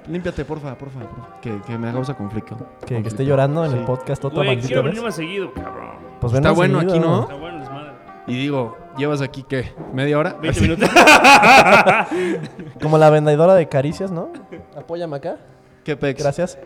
S1: Límpiate, porfa, porfa, porfa. Que, que me causa conflicto.
S2: Que, que
S1: Conflicto.
S2: esté llorando en
S1: Sí.
S2: el podcast otra
S3: Güey,
S2: maldita
S3: quiero
S2: vez.
S3: venir más seguido, cabrón.
S2: Pues
S1: Está
S2: venos
S1: bueno
S2: seguido.
S1: aquí, ¿no?
S3: Está bueno, el desmadre.
S2: Ah,
S1: Y digo, ¿llevas aquí qué? ¿Media hora?
S3: 20 minutos.
S2: Como la vendedora de caricias, ¿no? Apóyame acá.
S1: ¿Qué pex?
S2: Gracias.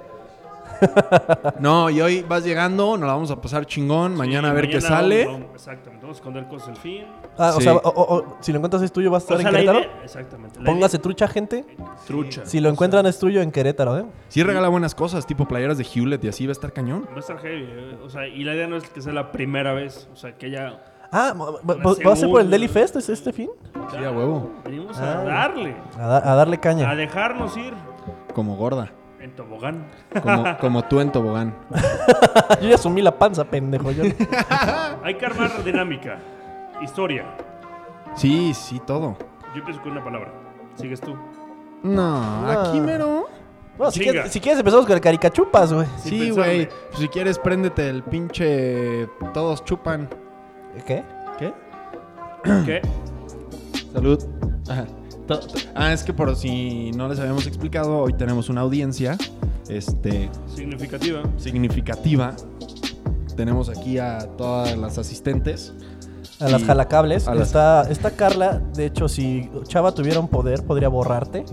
S1: No, y hoy vas llegando, nos la vamos a pasar chingón. Mañana a ver qué
S3: Mañana
S1: sale.
S3: vamos- vamos- exactamente, vamos a esconder cosas al fin.
S2: Ah, o
S1: Sí.
S2: sea, o- o- o- si lo encuentras es tuyo, vas a estar
S3: O sea,
S2: en
S3: la
S2: Querétaro.
S3: idea- exactamente. la
S2: Póngase trucha, gente.
S3: idea- trucha.
S2: Si lo encuentran es tuyo en Querétaro, ¿eh?
S1: Sí regala buenas cosas, tipo playeras de Hewlett y así va a estar cañón.
S3: Va a estar heavy. eh, O sea, y la idea no es que sea la primera vez. O sea, que ya
S2: Ah, mo- mo-
S3: La
S2: mo- ¿va a ser por el
S3: segunda.
S2: Deli Fest ¿Es este fin?
S1: Sí, a huevo.
S3: venimos a
S2: Ah.
S3: darle.
S2: A, da- a darle caña.
S3: A dejarnos ir
S1: Como gorda.
S3: en tobogán.
S1: Como, como tú en tobogán.
S2: Yo ya asumí la panza, pendejo. Yo no-
S3: Hay que armar dinámica. Historia.
S1: Sí, sí, todo.
S3: Yo empiezo con una palabra. Sigues tú.
S1: No, aquí mero.
S2: No, si,
S3: Chinga.
S2: quieres, si quieres empezamos con el caricachupas, güey.
S3: Sin
S1: Sí,
S3: pensarle.
S1: güey. Pues si quieres, préndete el pinche. Todos chupan.
S2: ¿Qué?
S1: ¿Qué?
S3: ¿Qué?
S1: Salud. Ajá. To- to- Ah, es que por si no les habíamos explicado, hoy tenemos una audiencia. Este.
S3: Significativa.
S1: significativa. Tenemos aquí a todas las asistentes.
S2: A las
S1: Y-
S2: jalacables.
S1: a las-
S2: Está, está Carla. De hecho, si Chava tuviera un poder, podría borrarte.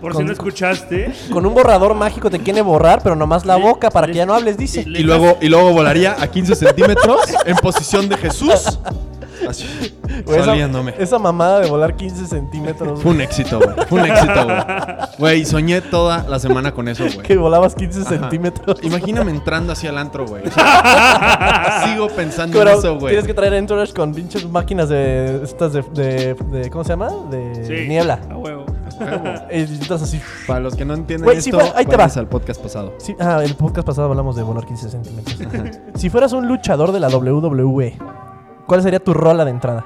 S3: Por si
S2: Con- Eh,
S3: no escuchaste.
S2: Con un borrador mágico te quiere borrar, pero nomás la
S3: Le-
S2: boca para
S3: le-
S2: que ya no hables, dice.
S3: le-
S1: Y luego, y luego volaría a 15 centímetros en posición de Jesús. Así,
S2: Güey, esa,
S1: saliéndome.
S2: esa mamada de volar 15 centímetros.
S1: Fue
S2: güey.
S1: un éxito, güey. Fue un éxito, güey. Güey, soñé toda la semana con eso,
S2: Que
S1: güey.
S2: volabas 15
S1: Ajá.
S2: centímetros.
S1: Imagíname entrando hacia el antro, güey. O sea, sigo pensando
S2: Pero
S1: en eso, güey.
S2: tienes que traer entourage con pinches máquinas de. Estas de. de- de- ¿Cómo se llama? De
S3: Sí. Ah.
S2: niebla.
S3: A huevo.
S2: Y entras así.
S1: Para los que no entienden
S2: Güey, sí,
S1: esto,
S2: güey, ahí te
S1: váyanse
S2: va.
S1: al podcast pasado.
S2: Sí, ah, el podcast pasado hablamos de volar 15 centímetros. Si fueras un luchador de la WWE, ¿cuál sería tu rola de entrada?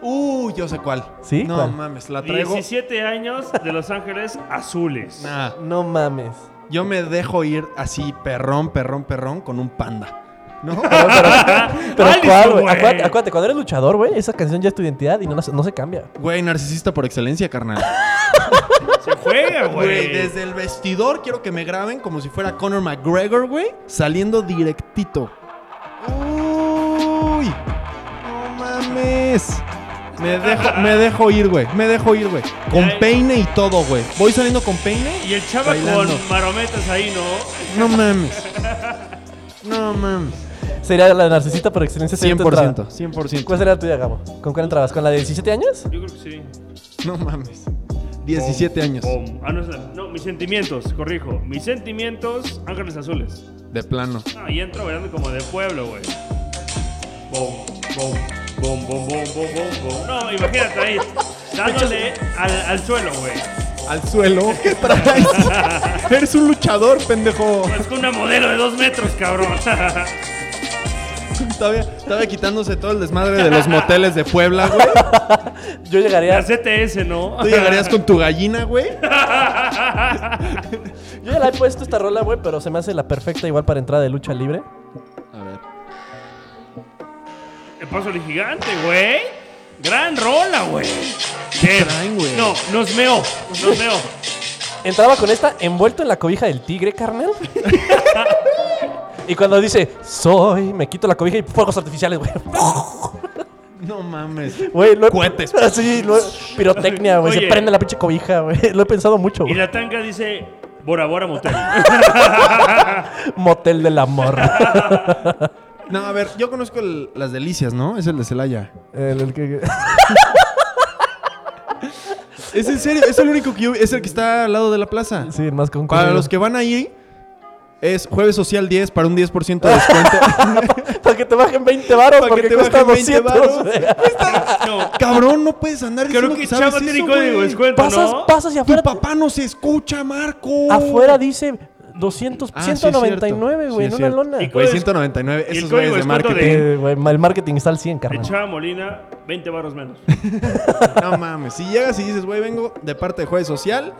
S1: Uh, yo sé cuál.
S2: ¿Sí?
S1: No
S2: ¿Cuál?
S1: mames, la traigo.
S3: 17 años de Los Ángeles Azules.
S1: Nah,
S2: No mames.
S1: yo me dejo ir así, perrón, perrón, perrón, con un panda. ¿No?
S2: Pero, pero
S3: Alice,
S2: ¿cuál, güey?
S3: güey.
S2: Acuérdate, acuérdate, cuando eres luchador, güey, esa canción ya es tu identidad y no, la- no se cambia.
S1: Güey, narcisista por excelencia, carnal.
S3: Se juega,
S1: Güey,
S3: güey.
S1: desde el vestidor quiero que me graben como si fuera Conor McGregor, güey, saliendo directito. Uy, no mames. Me dejo, me dejo ir, güey. Me dejo ir, güey. Con
S3: Ya.
S1: peine y todo, güey. Voy saliendo con peine.
S3: Y el chava
S1: Bailando.
S3: con marometas ahí, ¿no?
S1: No mames. No mames.
S2: Sería la narcisista por excelencia. sería tu entrada.
S1: 100%. 100%.
S2: ¿Cuál sería la tuya, Gabo? ¿Con cuál entrabas? ¿Con la de 17 años?
S3: Yo creo que sí.
S1: No mames. 17 años.
S3: Pom. Ah, no, es la- no, mis sentimientos, corrijo. Mis sentimientos, Ángeles Azules.
S1: De plano.
S3: No, y entro bailando como de pueblo, güey. Bom, bom, bom, bom, bom, bom, bom, bom. No, imagínate ahí, dándole al, al suelo, güey.
S1: Al suelo. ¿Qué traes? Eres un luchador, pendejo.
S3: Es con una modelo de dos metros, cabrón.
S1: Todavía, todavía quitándose todo el desmadre de los moteles de Puebla, güey.
S2: Yo llegaría,
S3: La CTS, ¿no?
S1: Tú llegarías con tu gallina, güey.
S2: yo ya la he puesto esta rola, güey, pero se me hace la perfecta igual para entrada de lucha libre.
S1: A ver.
S3: El paso del gigante, güey. Gran rola, güey. ¿Qué?
S1: traen, güey?
S3: No, nos meó, nos meó.
S2: Entraba con esta envuelto en la cobija del tigre, carnal. y cuando dice, soy, me quito la cobija y fuegos artificiales, güey.
S1: No mames.
S2: Güey, lo he-
S1: Cohetes.
S2: Sí, lo he- pirotecnia, güey. Se
S3: Oye.
S2: prende la pinche cobija, güey. Lo he pensado mucho,
S3: Y
S2: güey.
S3: la tanga dice Bora Bora Motel.
S2: Motel del amor.
S1: No, a ver, yo conozco el- las delicias, ¿no? Es el de Celaya.
S2: El- el que-
S1: Es en serio, es el único que yo, es el que está al lado de la plaza.
S2: sí, el más concurrido.
S1: Para los que van ahí, es jueves social 10 para un 10% de descuento.
S2: Para que te bajen 20 varos,
S1: Para que
S2: porque
S1: te
S2: cuesta
S1: bajen 20
S2: 200.
S1: varos. Este
S2: güey.
S3: No,
S1: Cabrón, no puedes andar
S3: creo
S1: diciendo
S3: que
S1: que sabes
S3: Chava tiene
S1: eso,
S3: código de
S1: güey.
S3: descuento,
S2: Pasas,
S3: ¿no?
S2: pasas y
S1: Tu
S2: afuera,
S1: papá no se escucha, Marco.
S2: afuera dice 200,
S1: Ah, sí, es
S2: 199, güey,
S1: cierto. Sí,
S2: en
S1: es
S2: una
S1: cierto.
S2: lona.
S3: Y
S1: Güey, 199,
S3: Y el
S1: esos güeyes
S3: código de
S1: de
S3: descuento
S1: marketing.
S2: Eh, güey, el marketing está al 100,
S3: De
S2: carnal.
S3: Chava Molina, 20 barros menos.
S1: No mames, si llegas y dices, güey, vengo de parte de Jueves Social,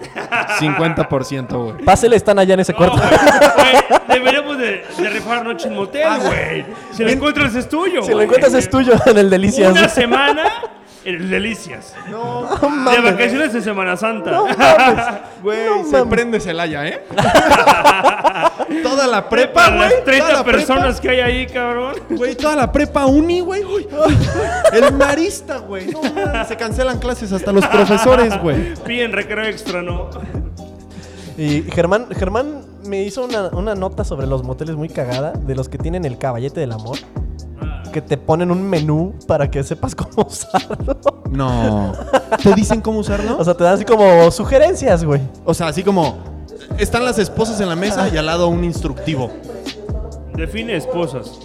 S1: 50%, güey.
S2: Pásele, están allá en ese
S3: No,
S2: cuarto.
S3: güey, Ah, güey, deberíamos de, de rifar noche en motel, güey. Si lo encuentras es tuyo.
S2: Si lo
S3: güey.
S2: encuentras es tuyo en el Delicias.
S3: Una semana en Delicias.
S1: No,
S3: De vacaciones en Semana Santa.
S1: güey,
S2: No
S1: se
S2: mames.
S1: prende Celaya, ¿eh? toda la prepa,
S3: Para
S1: güey.
S3: las 30
S1: toda la prepa,
S3: personas que hay ahí, cabrón.
S1: Güey, toda la prepa uni, güey. Uy, uy, El marista, güey. No mames, se cancelan clases hasta los profesores, güey.
S3: Piden recreo extra, ¿no?
S2: Y Germán, Germán me hizo una, una nota sobre los moteles muy cagada, de los que tienen el caballete del amor, que te ponen un menú para que sepas cómo usarlo.
S1: No. ¿Te dicen cómo usarlo?
S2: O sea, te dan así como sugerencias, güey.
S1: O sea, así como están las esposas en la mesa y al lado un instructivo.
S3: Define esposas.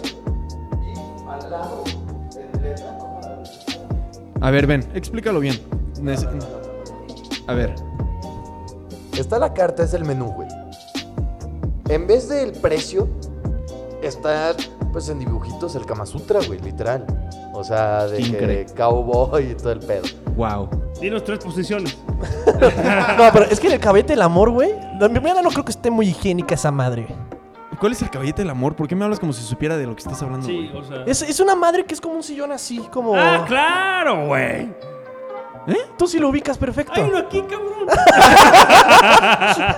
S1: A ver, ven, explícalo bien. Nece- A ver.
S4: Está la carta, es el menú, güey. En vez del precio, está pues en dibujitos el Kama Sutra, güey, literal. O sea, de
S1: Increíble.
S4: que cowboy y todo el pedo.
S1: Wow.
S3: Dinos tres posiciones.
S2: No, pero es que el caballete del amor, güey. La primera no creo que esté muy higiénica esa madre.
S1: ¿Cuál es el caballete del amor? ¿Por qué me hablas como si supiera de lo que estás hablando,
S3: Sí,
S1: güey?
S3: o sea.
S2: Es, es una madre que es como un sillón así, como.
S3: Ah, claro, güey.
S2: Tú sí lo ubicas perfecto.
S3: Hay uno aquí, cabrón.
S1: ¡Ah!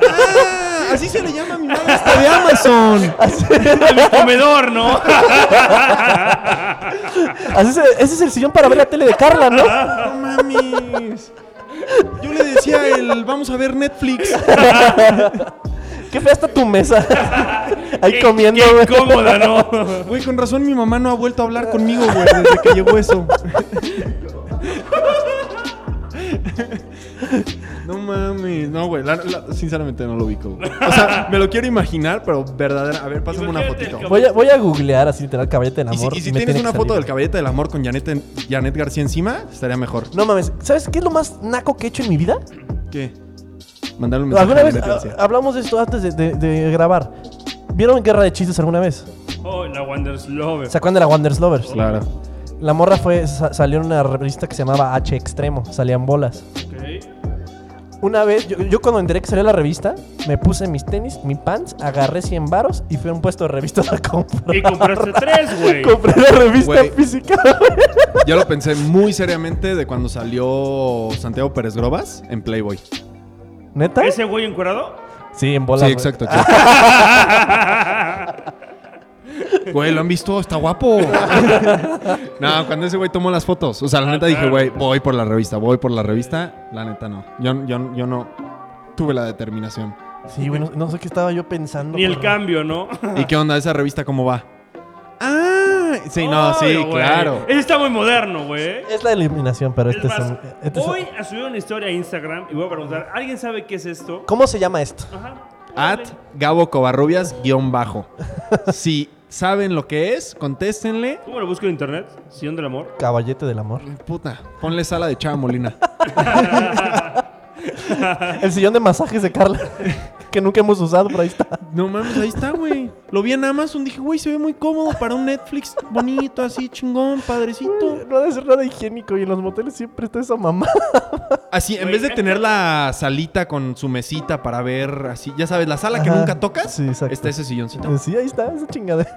S1: Así se le llama a mi madre hasta de Amazon.
S3: En mi comedor, ¿no?
S2: Así se- ese es el sillón para ver la tele de Carla, ¿no?
S1: No mames. Yo le decía el vamos a ver Netflix.
S2: Qué fea está tu mesa. Ahí
S3: Qué-
S2: comiendo,
S3: qué
S2: güey.
S3: incómoda, ¿no?
S1: Güey, con razón mi mamá no ha vuelto a hablar conmigo, güey, desde que llegó eso. No mames, no, güey, la- la- sinceramente no lo ubico. güey. O sea, me lo quiero imaginar, pero verdadera. A ver, pásame una
S3: Imagínate el
S1: fotito.
S3: cabrón.
S2: Voy a, voy a googlear así literal caballete del
S1: Y si,
S2: amor.
S1: y si
S2: me
S1: tienes
S2: tiene que
S1: una foto
S2: salir.
S1: del caballete del amor con Janet, en- Janet García encima, estaría mejor.
S2: No mames, ¿sabes qué es lo más naco que he hecho en mi vida?
S1: ¿Qué? Mandarle un mensaje
S2: Alguna
S1: a
S2: vez
S1: Janet
S2: ah,
S1: García.
S2: hablamos de esto antes de, de- de grabar. ¿Vieron Guerra de Chistes alguna vez?
S3: Oh, la Wanderers Love.
S2: ¿Se acuerdan de la Wanderers Lovers?
S1: Claro.
S2: La morra fue, sa- salió en una revista que se llamaba H Extremo, salían bolas.
S3: Ok.
S2: Una vez, yo, yo cuando enteré que salió la revista, me puse mis tenis, mi pants, agarré 100 varos y fui a un puesto de revistas a comprar.
S3: Y compraste tres, güey.
S2: Compré la revista
S1: Güey.
S2: física.
S1: Yo lo pensé muy seriamente de cuando salió Santiago Pérez Grobas en Playboy.
S2: ¿Neta?
S3: ¿Ese güey encuerado?
S2: Sí, en bolas.
S1: sí,
S2: güey.
S1: exacto. exacto. Güey, ¿lo han visto? Está guapo. no, cuando ese güey tomó las fotos. O sea, la neta dije, güey, voy por la revista, voy por la revista. La neta no. Yo, yo, yo no tuve la determinación.
S2: Sí, güey, no, no sé qué estaba yo pensando.
S3: Ni el
S2: cabrón.
S3: cambio, ¿no?
S1: ¿Y qué onda? ¿Esa revista cómo va? Ah, Sí, no, sí,
S3: Obvio, güey.
S1: claro.
S3: Ese está muy moderno, güey.
S2: Es la eliminación, pero
S3: Es
S2: este es
S3: más,
S2: un. este es un-
S3: voy a subir una historia a Instagram y voy a preguntar, ¿alguien sabe qué es esto?
S2: ¿Cómo se llama esto?
S3: Ajá.
S1: At
S3: Órale.
S1: Gabo Covarrubias, guión bajo. Si saben lo que es, contéstenle.
S3: ¿Cómo lo busco en internet? Sillón del amor.
S2: Caballete del amor.
S1: Puta, ponle sala de Chava Molina.
S2: El sillón de masajes de Carla. que nunca hemos usado, pero ahí está.
S1: No mames, ahí está, güey. Lo vi en Amazon, dije, güey, se ve muy cómodo para un Netflix bonito, así, chingón, padrecito.
S2: No debe ser nada higiénico y en los moteles siempre está esa mamá.
S1: Así, en
S3: Güey,
S1: vez de
S3: es
S1: tener
S3: que-
S1: la salita con su mesita para ver, así, ya sabes, la sala que
S2: Ajá.
S1: nunca tocas, Este
S2: Sí, exacto.
S1: está ese silloncito.
S2: Sí, ahí está, esa chingadera.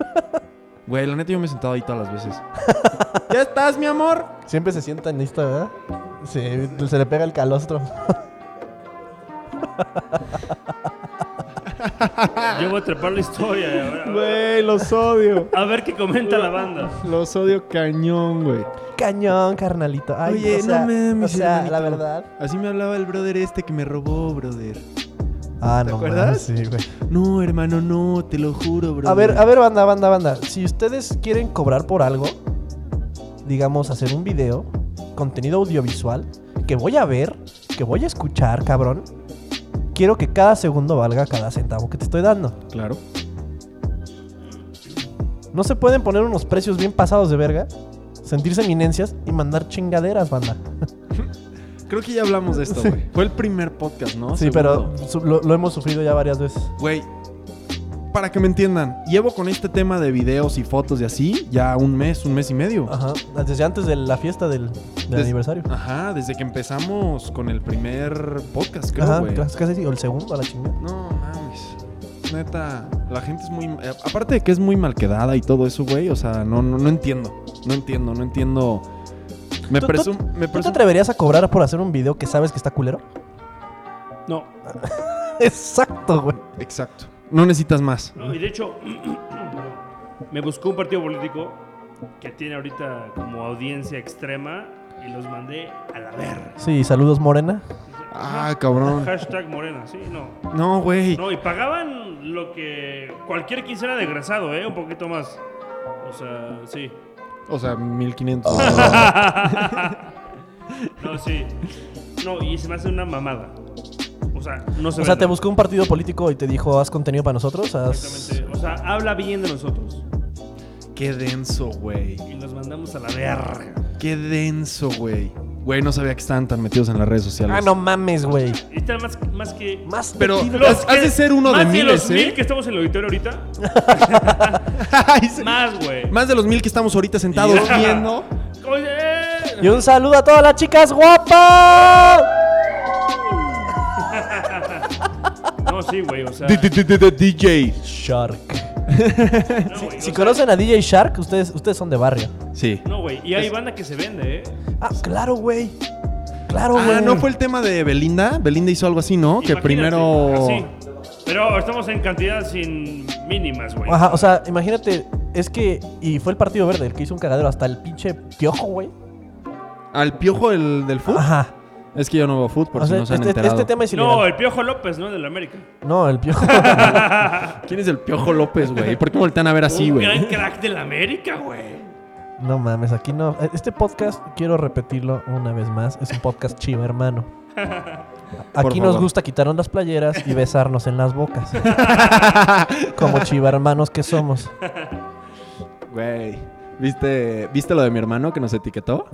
S1: Güey, la neta yo me he sentado ahí todas las veces. ya estás, mi amor.
S2: Siempre se sienta en esta, ¿verdad? Sí, se le pega el calostro.
S3: Yo voy a trepar la historia. A ver, a ver,
S1: Güey, los odio.
S3: a ver qué comenta la banda.
S1: Los odio cañón, güey.
S2: Cañón, carnalito. Ay,
S1: Oye,
S2: o sea,
S1: no mames,
S2: O sea,
S1: hermanito.
S2: la verdad.
S1: Así me hablaba el brother este que me robó, brother.
S2: Ah,
S1: ¿Te
S2: no mames,
S1: acuerdas?
S2: Sí, güey.
S1: No, hermano, no, te lo juro, brother.
S2: A ver, a ver, banda, banda, banda. Si ustedes quieren cobrar por algo, digamos, hacer un video, contenido audiovisual, que voy a ver, que voy a escuchar, cabrón, quiero que cada segundo valga cada centavo que te estoy dando.
S1: Claro.
S2: No se pueden poner unos precios bien pasados de verga, sentirse eminencias y mandar chingaderas, banda.
S1: Creo que ya hablamos de esto, güey. Fue el primer podcast, ¿no?
S2: sí,
S1: Segundo.
S2: pero su- lo, lo hemos sufrido ya varias veces.
S1: Güey, para que me entiendan, llevo con este tema de videos y fotos y así ya un mes, un mes y medio.
S2: Ajá, desde antes de la fiesta del, del
S1: Des- Ah,
S2: aniversario.
S1: Ajá, desde que empezamos con el primer podcast, creo,
S2: Ajá,
S1: güey.
S2: casi, casi, o el segundo a la chingada.
S1: No mames. Neta, la gente es muy. eh, Aparte de que es muy malquedada y todo eso, güey. O sea, no, no, no entiendo. No entiendo, no entiendo. Me
S2: ¿Tú- tú-
S1: presumo. Me
S2: ¿Tú te
S1: presumo.
S2: atreverías a cobrar por hacer un video que sabes que está culero?
S3: No.
S2: Exacto, güey.
S1: Exacto. No necesitas más.
S3: No, y de hecho, me buscó un partido político que tiene ahorita como audiencia extrema y los mandé a la verga.
S2: Sí, saludos Morena.
S1: Ah, cabrón.
S3: Hashtag morena, sí, no.
S1: No, güey.
S3: No, y pagaban lo que cualquier quincena de egresado, ¿eh? Un poquito más. O sea, sí.
S1: O sea, 1500.
S2: Ah.
S3: No, sí. No, y se me hace una mamada. O sea, no
S1: Pues
S3: se
S2: O sea,
S3: vende.
S2: te buscó un partido político y te dijo, haz contenido para nosotros. Haz...
S3: Exactamente. O sea, habla bien de nosotros.
S1: Qué denso, güey.
S3: Y los mandamos a la verga.
S1: Qué denso, güey. Güey, no sabía que estaban tan metidos en las redes sociales.
S2: Ah, no mames, güey.
S3: Y está más, más que.
S2: Más
S1: Pero-
S2: metido.
S1: Los- has de ser uno
S3: más
S1: de
S3: que
S1: miles,
S3: los
S1: ¿eh?
S3: mil que estamos en el auditorio ahorita.
S1: Ay, sí.
S3: Más, güey.
S1: Más de los mil que estamos ahorita sentados
S3: Ya.
S1: viendo.
S3: Oye.
S2: Y un saludo a todas las chicas guapas.
S3: No, sí, güey. O sea.
S1: D- d- d- d- DJ.
S2: Shark.
S3: no, güey, o
S2: Si
S3: sea,
S2: conocen a DJ Shark, ustedes, ustedes son de barrio.
S1: Sí.
S3: No, güey. Y hay banda que se vende, ¿eh?
S2: Ah, claro, güey. Claro, güey.
S1: Ah, ¿no fue el tema de Belinda? Belinda hizo algo así, ¿no? Que
S3: Imagínate, Ah,
S1: primero...
S3: así. Pero estamos en cantidades sin mínimas, güey.
S2: Ajá, o sea, imagínate, es que. Y fue el partido verde el que hizo un cagadero hasta el pinche piojo, güey.
S1: ¿Al piojo el, del fútbol?
S2: Ajá.
S1: Es que yo no veo fútbol, por
S2: Ah. O
S1: si
S2: sea,
S1: no se han
S2: este,
S1: enterado.
S2: este tema es ilegal.
S3: No, el Piojo López, ¿no? Del América.
S2: No, el piojo.
S1: ¿Quién es el piojo López, güey? ¿Por qué me voltean a ver así,
S3: Un
S1: güey?
S3: gran crack del América, güey.
S2: No mames, aquí no. Este podcast, quiero repetirlo una vez más, es un podcast chiva, hermano.
S1: Por
S2: Aquí nos
S1: favor.
S2: gusta quitarnos las playeras y besarnos en las bocas. Como chiva hermanos que somos.
S1: Güey. ¿Viste, ¿Viste lo de mi hermano que nos etiquetó?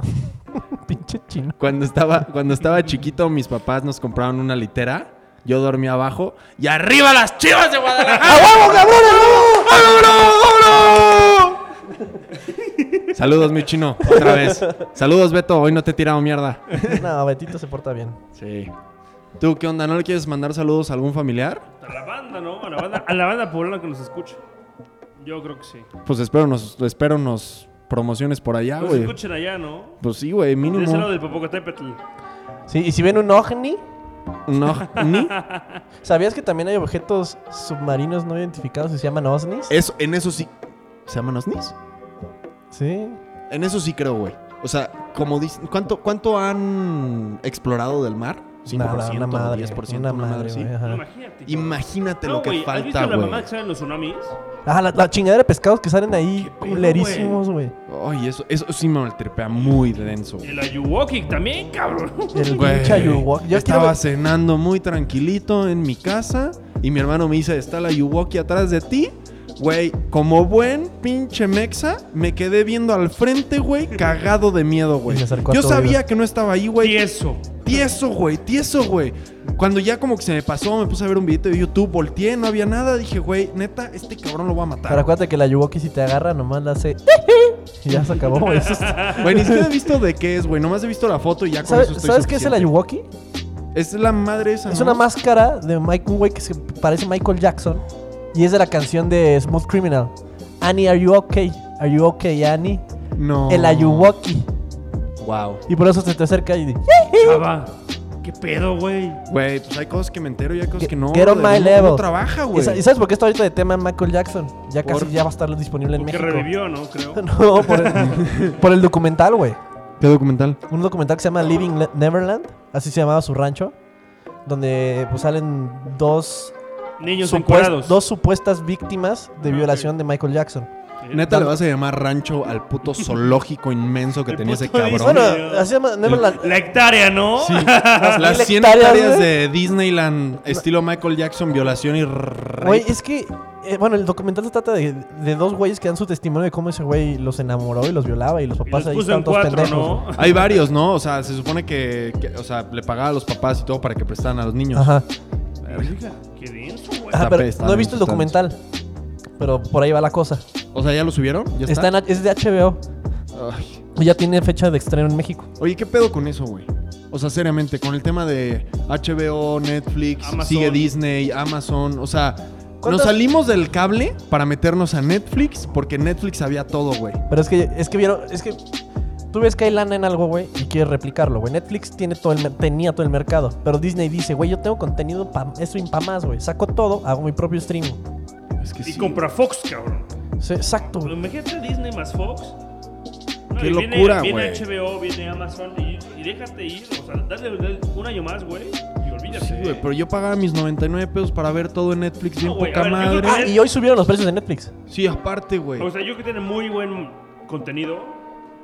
S2: Pinche chino.
S1: Cuando estaba, cuando estaba chiquito, mis papás nos compraron una litera. Yo dormía abajo. ¡Y arriba las chivas de Guadalajara!
S2: ¡Vamos, cabrón!
S1: ¡Vámonos! ¡Vámonos! Saludos, mi chino, otra vez. Saludos, Beto. Hoy no te he tirado mierda.
S2: No, Betito se porta bien.
S1: Sí. ¿Tú qué onda? ¿No le quieres mandar saludos a algún familiar?
S3: A la banda, ¿no? A la banda, a la banda poblana que nos escucha. Yo creo que sí.
S1: Pues espero nos, espero nos promociones por allá,
S3: Nos
S1: Ah, güey.
S3: escuchen allá, ¿no?
S1: Pues sí, güey,
S3: De ese lado
S1: mínimo.
S3: del Popocatépetl.
S2: Sí, y si ven un ovni,
S1: No, ni-
S2: ¿sabías que también hay objetos submarinos no identificados que se llaman ovnis?
S1: Eso, en eso sí. ¿Se llaman osnis?
S2: Sí.
S1: En eso sí creo, güey. O sea, como dicen, ¿cuánto, ¿cuánto han explorado del mar? 5%,
S2: Nada, una madre.
S1: 10%,
S2: una
S1: una madre,
S2: madre,
S1: así.
S2: güey, ajá.
S3: Imagínate.
S1: Imagínate lo que
S3: güey, ¿Has visto
S1: falta,
S3: la
S1: güey.
S3: mamá que sale en los tsunamis?
S2: Ah, la, la chingadera de pescados que salen ahí
S3: Qué pedo,
S2: culerísimos, güey.
S1: Ay, eso, eso sí me maltripea muy denso. güey.
S3: El Ayuwoki también, cabrón.
S2: El
S1: Güey,
S2: pinche Ayurwa-
S1: Yo
S2: Yo
S1: estaba
S2: quiero-
S1: cenando muy tranquilito en mi casa y mi hermano me dice, está la Yuwoki atrás de ti. Güey, como buen pinche mexa, me quedé viendo al frente, güey, cagado de miedo, güey.
S2: Y se acercó a
S1: Yo
S2: tu
S1: sabía
S2: oído.
S1: que no estaba ahí, güey.
S3: Tieso.
S1: Tieso, güey, tieso, güey. Cuando ya como que se me pasó, me puse a ver un video de YouTube, volteé, no había nada, dije, güey, neta, este cabrón lo va a
S2: Pero
S1: matar.
S2: acuérdate que la Yuwoki si te agarra nomás la hace... Y ya se acabó, güey. Eso es-
S1: Güey, ni siquiera he visto de qué es, güey, nomás he visto la foto y ya con
S2: ¿Sabes,
S1: eso estoy
S2: ¿sabes qué es el
S1: suficiente.
S2: Ayuwoki?
S1: Es la madre esa,
S2: Es
S1: ¿no?
S2: una máscara de Mike, un güey que se parece a Michael Jackson. Y es de la canción de Smooth Criminal. Annie, are you okay? Are you okay, Annie?
S1: No.
S2: El Ayuwoki.
S1: Wow.
S2: Y por eso se te acerca y dice...
S3: Chava. ¿Qué pedo, güey?
S1: Güey, pues hay cosas que me entero y hay cosas que no.
S2: Get on
S1: brother.
S2: my
S1: Uno-
S2: level.
S1: uno trabaja,
S2: ¿Y
S1: güey.
S2: sa- y sabes por qué está ahorita de tema Michael Jackson? Ya
S1: ¿Por?
S2: casi ya va a estar disponible en
S3: Porque
S2: México.
S3: revivió, ¿no? Creo.
S2: No, por el, por el documental, güey.
S1: ¿Qué documental?
S2: Un documental que se llama Living Le- Neverland, así se llamaba su rancho, donde pues salen dos,
S3: Niños
S2: supues-
S3: encuadrados.
S2: dos supuestas víctimas de
S3: Ah,
S2: violación de Michael Jackson.
S3: Eh,
S1: Neta, le vas a llamar rancho al puto zoológico inmenso que
S3: El
S1: tenía ese
S3: puto
S1: cabrón.
S2: Bueno,
S3: Dios.
S2: así se llama Neverland.
S3: La hectárea, ¿no?
S1: Sí.
S2: Las
S1: Las
S2: mil
S1: 100
S2: hectáreas,
S1: hectáreas
S2: güey.
S1: de Disneyland, estilo Michael Jackson, violación y. rape.
S2: Güey, es que, eh, bueno, el documental se trata de, de dos güeyes que dan su testimonio de cómo ese güey los enamoró y los violaba y los
S3: Y
S2: papás
S3: los
S2: ahí
S3: puso en
S2: están todos
S3: cuatro,
S2: pendejos.
S3: ¿no?
S1: Hay varios, ¿no? O sea, se supone que, que- o sea, le pagaba a los papás y todo para que prestaran a los niños.
S2: Ajá.
S3: Verga, Qué denso, güey.
S2: Ajá,
S1: Está
S2: pero
S1: pesado,
S2: no he visto el
S1: está
S2: documental. Pero por ahí va la cosa.
S1: O sea, ¿ya lo subieron? ¿Ya
S2: Está
S1: está?
S2: en H- es de HBO.
S1: Ay.
S2: Y ya tiene fecha de estreno en México.
S1: Oye, ¿qué pedo con eso, güey? O sea, seriamente, con el tema de HBO, Netflix,
S3: Amazon.
S1: sigue Disney, Amazon, o sea, nos
S2: ¿Cuántas-
S1: salimos del cable para meternos a Netflix porque Netflix había todo, güey.
S2: Pero es que, es que vieron, es que tú ves que hay lana en algo, güey, y quieres replicarlo, güey. Netflix tiene todo el mer- tenía todo el mercado, pero Disney dice, güey, yo tengo contenido pa eso y pa más, güey. Saco todo, hago mi propio stream.
S1: Es que
S3: Y compra Fox, cabrón. Pues,
S2: Sí, exacto, güey.
S3: Imagínate Disney más Fox. No,
S1: Qué
S3: y
S1: locura,
S3: viene,
S1: güey.
S3: viene HBO, viene Amazon y, y déjate ir. O sea, dale, dale un año más, güey. Y olvídate.
S1: Sí, güey, pero yo pagaba mis 99 pesos para ver todo en Netflix, bien
S3: No, güey,
S1: poca
S3: a ver, yo
S1: madre.
S3: creo
S2: Ah, y hoy subieron los precios de Netflix.
S1: Sí, aparte, güey.
S3: O sea, yo que tiene muy buen contenido.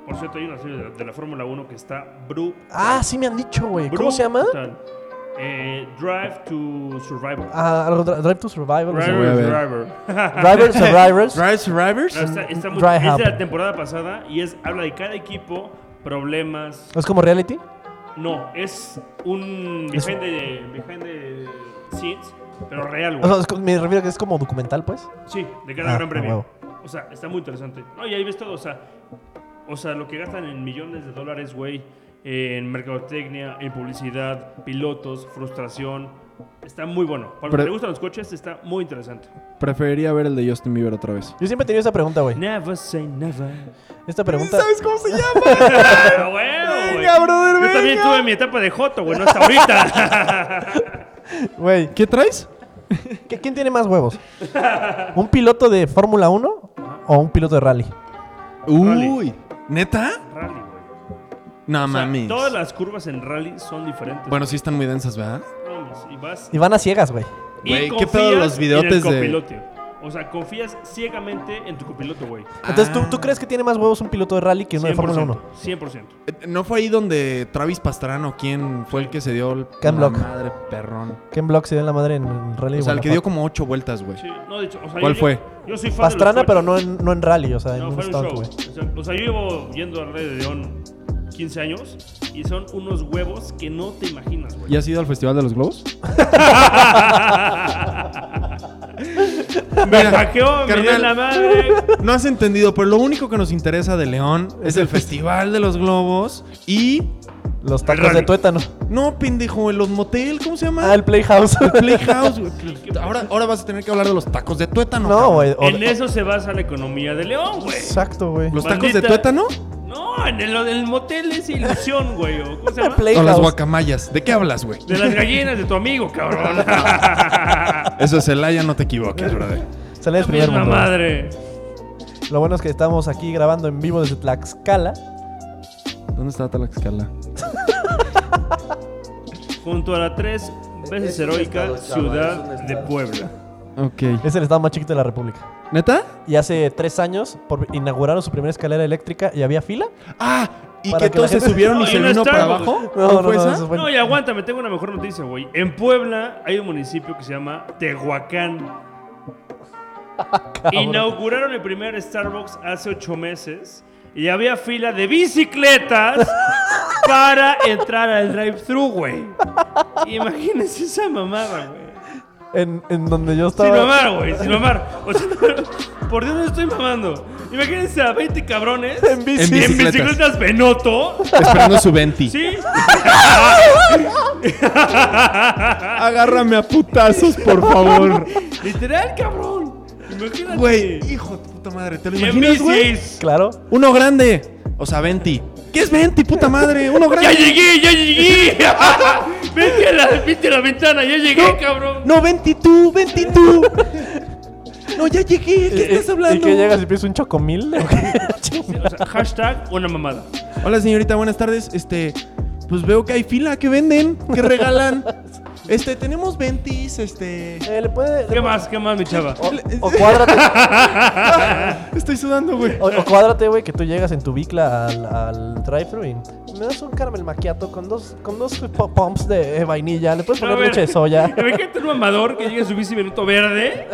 S3: Por cierto, hay una serie de, de la Fórmula 1 que está bru.
S2: Ah, sí me han dicho, güey. ¿Cómo se llama?
S3: brutal. Eh, Drive to Survival.
S2: Ah, algo dri- Drive to Survival.
S1: Drive-
S3: Driver,
S1: voy a
S3: Driver.
S2: Drivers Survivors.
S1: Drive Survivors.
S3: No, está, está muy-
S2: Dry
S3: es de
S2: Hub.
S3: la temporada pasada y es habla de cada equipo, problemas.
S2: ¿Es como reality?
S3: No, es un
S2: Es-
S3: behind the, behind the scenes, pero real,
S2: O
S3: güey.
S2: sea, es co- me refiero a que es como documental, pues.
S3: Sí, de cada
S2: Ah,
S3: gran
S2: a
S3: premio.
S2: huevo.
S3: O sea, está muy interesante. No, y ahí ves todo, o sea, o sea, lo que gastan en millones de dólares, güey, en mercadotecnia, en publicidad, pilotos, frustración. Está muy bueno. Para los
S1: Pero-
S3: que le gustan los coches, está muy interesante.
S1: Preferiría ver el de Justin Bieber otra vez.
S2: Yo siempre he tenido esa pregunta, güey.
S3: Never say never.
S2: Esta pregunta.
S1: ¿Sabes cómo se llama?
S3: Ah, güey, güey.
S1: Venga, brother,
S3: Yo también
S1: venga.
S3: tuve mi etapa de Joto, güey, no hasta ahorita.
S2: Güey,
S1: ¿Qué traes?
S2: ¿qué- ¿quién tiene más huevos? ¿Un piloto de Fórmula 1 o un piloto de rally?
S1: Uy, ¿neta?
S3: Rally, güey.
S1: No
S3: O sea,
S1: mames.
S3: todas las curvas en rally son diferentes.
S1: Bueno, sí están muy densas, ¿verdad?
S3: Mames, y vas
S2: Y van a ciegas, güey.
S3: y
S1: Güey, ¿qué
S3: confías
S1: pedo los
S3: en el
S1: videotes de-
S3: copilote. O sea, confías ciegamente en tu copiloto, güey.
S2: Entonces, ¿tú,
S1: Ah.
S2: tú crees que tiene más huevos un piloto de rally que uno de Fórmula 1?
S3: 100%.
S1: Eh, ¿No fue ahí donde Travis Pastrano, quién fue el que se dio el
S2: Ken
S1: la
S2: Block.
S1: madre perrón?
S2: Ken Block se dio en la madre en, en rally.
S1: O sea, el que
S2: Guanajuato.
S1: dio como ocho vueltas, güey.
S3: Sí, no, de hecho, o sea,
S1: ¿Cuál
S3: yo-
S1: fue?
S3: Yo soy fan
S2: Pastrana,
S3: de los
S2: pero
S3: coches.
S2: no en, no en rally, o sea, en
S3: No,
S2: un
S3: fue un
S2: stunt,
S3: show.
S2: güey.
S3: O sea, o sea, yo llevo yendo al Rey de León 15 años y son unos huevos que no te imaginas, güey.
S1: ¿Y has ido al Festival de los Globos?
S3: Me hackeó, me dio en la madre.
S1: No has entendido, pero lo único que nos interesa de León es el Festival de los Globos y...
S2: Los
S3: El
S2: tacos
S3: rally.
S2: de tuétano.
S1: No, pendejo, el los motel, ¿cómo se llama?
S2: Ah, el Playhouse.
S1: Playhouse, güey. Ahora, ahora vas a tener que hablar de los tacos de tuétano.
S2: no,
S1: cabrón.
S2: güey. o-
S3: En eso se basa la economía de León, güey.
S2: Exacto, güey.
S1: ¿Los tacos
S3: Maldita-
S1: de tuétano?
S3: No, en el, el motel es ilusión, güey. o ¿Cómo se
S2: El
S3: llama?
S1: O las
S2: Playhouse.
S1: guacamayas. ¿De qué hablas, güey?
S3: De las gallinas de tu amigo, cabrón.
S1: Eso es el Aya, no te equivoques, brother.
S2: Sale de
S3: La
S2: primer
S3: misma
S2: mundo.
S3: madre.
S2: Lo bueno es que estamos aquí grabando en vivo desde Tlaxcala.
S1: ¿Dónde está Tlaxcala?
S3: junto a la tres veces
S4: Es un
S3: heroica
S4: estado, chaval,
S3: ciudad
S4: es un
S3: de
S4: estado.
S3: Puebla.
S1: Ok.
S2: Es el estado más chiquito de la República.
S1: ¿Neta?
S2: Y hace tres años por- inauguraron su primera escalera eléctrica y había fila.
S1: Ah, y
S2: Para
S1: que
S2: que la
S1: todos se
S2: gente-
S1: subieron
S3: No,
S1: y
S3: y
S1: se
S3: no
S1: vino
S3: está,
S1: para
S3: güey.
S1: abajo.
S2: No, no,
S1: ¿Fue
S2: no,
S1: esa?
S2: eso fue-
S3: No, y aguántame, tengo una mejor noticia, güey. En Puebla hay un municipio que se llama Tehuacán. Inauguraron el primer Starbucks hace ocho meses y había fila de bicicletas para entrar al drive-thru, güey. Imagínense esa mamada, güey.
S2: En, en donde yo
S3: Sin
S2: estaba.
S3: mamar, güey, sin mamar. O sea, por Dios no estoy mamando. Imagínense a 20 cabrones
S2: En bici.
S1: En bici.
S3: en
S1: Bicicletas.
S3: bicicletas Benoto.
S1: Esperando su venti.
S3: Sí,
S1: Agárrame a putazos, por favor.
S3: literal, cabrón. Imagínate.
S1: Güey, hijo de puta madre, ¿te lo
S3: En
S1: imaginas, güey?
S3: bicis.
S2: Claro.
S1: Uno grande. O sea, venti. ¿Qué es venti, puta madre? Uno
S3: ¡Ya
S1: grande.
S3: llegué, ya llegué! vete, a la, vete a la ventana, ya llegué, cabrón.
S1: No, venti tú, venti tú. No, ya llegué. ¿Qué
S2: Eh,
S1: estás hablando?
S2: Y que llegas y pides un chocomil.
S3: O sea, hashtag una mamada.
S1: Hola señorita, buenas tardes. Este, pues veo que hay fila, que venden, que regalan. Este, tenemos ventis, este.
S2: Eh, le puede-
S3: ¿Qué más, qué más, mi chava?
S2: O cuádrate,
S1: Estoy sudando, güey.
S2: o, o cuádrate, güey, que tú llegas en tu bicla al, al drive-thru y me das un caramel maquiato con dos, con dos po- pumps de eh, vainilla. Le puedes
S3: A
S2: poner
S3: ver,
S2: leche de soya.
S3: Imagínate un mamador que llegue a su bici minuto verde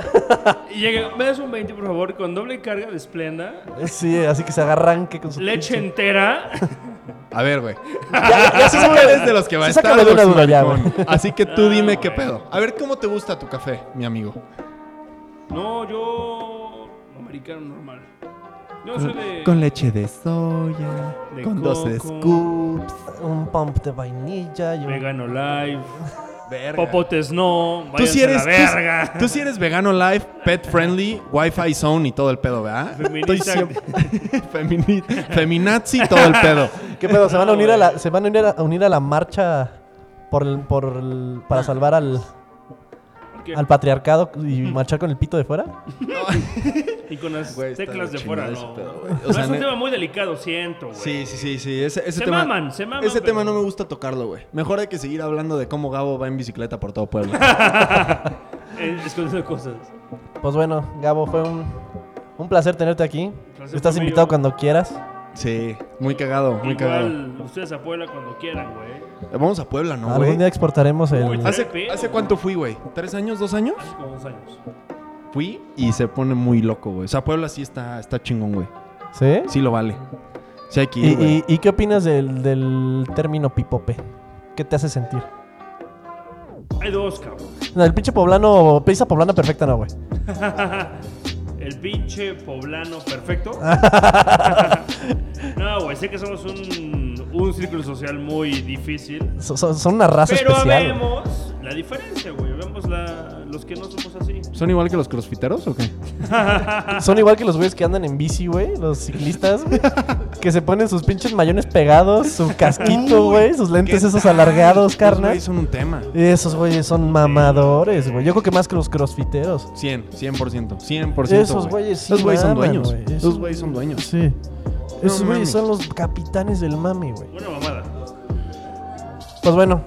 S3: y llega, me das un 20, por favor, con doble carga de esplenda,
S2: Eh, Sí, así que se agarranque con su
S3: leche
S2: pinche-
S3: entera.
S1: A ver, güey.
S2: Ya, ya Ah. se
S1: Tú
S2: sube-
S1: eres de los que va a
S2: sí,
S1: estar.
S2: sácame de una
S1: Box
S2: duda ya,
S1: Maricón.
S2: güey.
S1: Así que tú
S3: No,
S1: dime qué
S3: güey.
S1: pedo. A ver, ¿cómo te gusta tu café, mi amigo?
S3: No, yo. americano normal. Yo soy de.
S1: leche de soya,
S3: De con 12 coco. scoops.
S2: Un pump de vainilla y un-
S3: Vegano Life.
S1: Verga.
S3: Popotes no.
S1: Tú
S3: Váyanse
S1: sí eres.
S3: a
S1: Tú,
S3: la verga.
S1: tú sí eres vegano life, pet friendly, wifi zone y todo el pedo, ¿verdad?
S3: Feminista.
S1: Estoy siempre- Femini- feminazi y todo el pedo.
S2: ¿Qué pedo? ¿Se van a
S3: No,
S2: unir a
S3: güey.
S2: la, se van a unir a, a unir a la marcha por el- por el- para salvar al,
S3: ¿Qué?
S2: al patriarcado y marchar con el pito de fuera?
S3: Y con las
S1: Güey, está
S3: teclas
S1: de
S3: de fuera,
S1: chingada
S3: no.
S1: ese pedo, güey. O
S3: No,
S1: sea,
S3: es un
S1: ne-
S3: tema muy delicado, siento, güey.
S1: Sí, sí, sí, sí. Ese, ese
S3: Se
S1: tema,
S3: maman, se maman,
S1: Ese
S3: pero-
S1: tema no me gusta tocarlo, güey. Mejor hay que seguir hablando de cómo Gabo va en bicicleta por todo Puebla.
S3: Eh, Escondiendo cosas.
S2: Pues bueno, Gabo, fue un, un placer tenerte aquí.
S3: Placer
S2: Estás
S3: fue mío.
S2: invitado cuando quieras.
S1: sí, muy cagado, muy cagado.
S3: Igual, ustedes a Puebla cuando quieran, güey.
S1: Vamos a Puebla, ¿no,
S2: Algún
S1: güey?
S2: día exportaremos el...
S3: Uy,
S1: ¿Hace,
S3: Pepe,
S1: hace
S3: güey.
S1: cuánto fui, güey? ¿Tres años? ¿Dos años?
S3: Con dos años.
S1: Fui y se pone muy loco, güey. O sea, Puebla sí está, está chingón, güey.
S2: ¿Sí?
S1: Sí lo vale. Sí hay que
S2: ¿Y,
S1: ir, güey.
S2: y- y qué opinas del, del término pipope? ¿Qué te hace sentir?
S3: Hay dos, cabrón.
S2: No, el pinche poblano, pizza poblana perfecta no, güey.
S3: El pinche poblano perfecto. no, güey, sé que somos un, un círculo social muy difícil.
S2: So- so- Son, una raza
S3: Pero
S2: especial. güey.
S3: vemos la diferencia, güey. Vemos la, los que no somos así.
S1: ¿Son igual que los crossfiteros o qué?
S2: Son igual que los güeyes que andan en bici, güey, los ciclistas, güey, que se ponen sus pinches mayones pegados, su casquito,
S1: Uy,
S2: güey, sus lentes esos alargados,
S1: Los
S2: carnal.
S1: güeyes son un tema.
S2: Esos güeyes son mamadores, güey. Yo creo que más que los crossfiteros.
S1: 100, 100%, 100%.
S2: Esos güeyes sí
S1: Los güeyes son
S2: maman,
S1: dueños.
S2: güey. Esos-
S1: Los güeyes son dueños.
S2: Sí. Esos
S1: No mames.
S2: güeyes son los capitanes del mami, güey.
S3: Buena mamada.
S2: Pues bueno,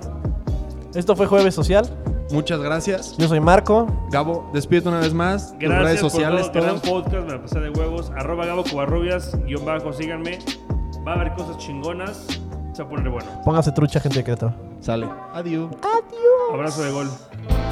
S2: esto fue Jueves Social.
S1: Muchas gracias.
S2: Yo soy Marco.
S1: Gabo, despídete una vez más. Tus
S3: Gracias
S1: redes
S3: por
S1: sociales,
S3: todo,
S1: todo.
S3: gran podcast, me la pasé de huevos. Arroba Gabo Covarrubias, guión bajo, síganme. Va a haber cosas chingonas. Se va a poner bueno.
S2: Póngase trucha, gente de Querétaro.
S1: Sale. Adiós.
S3: Abrazo de gol.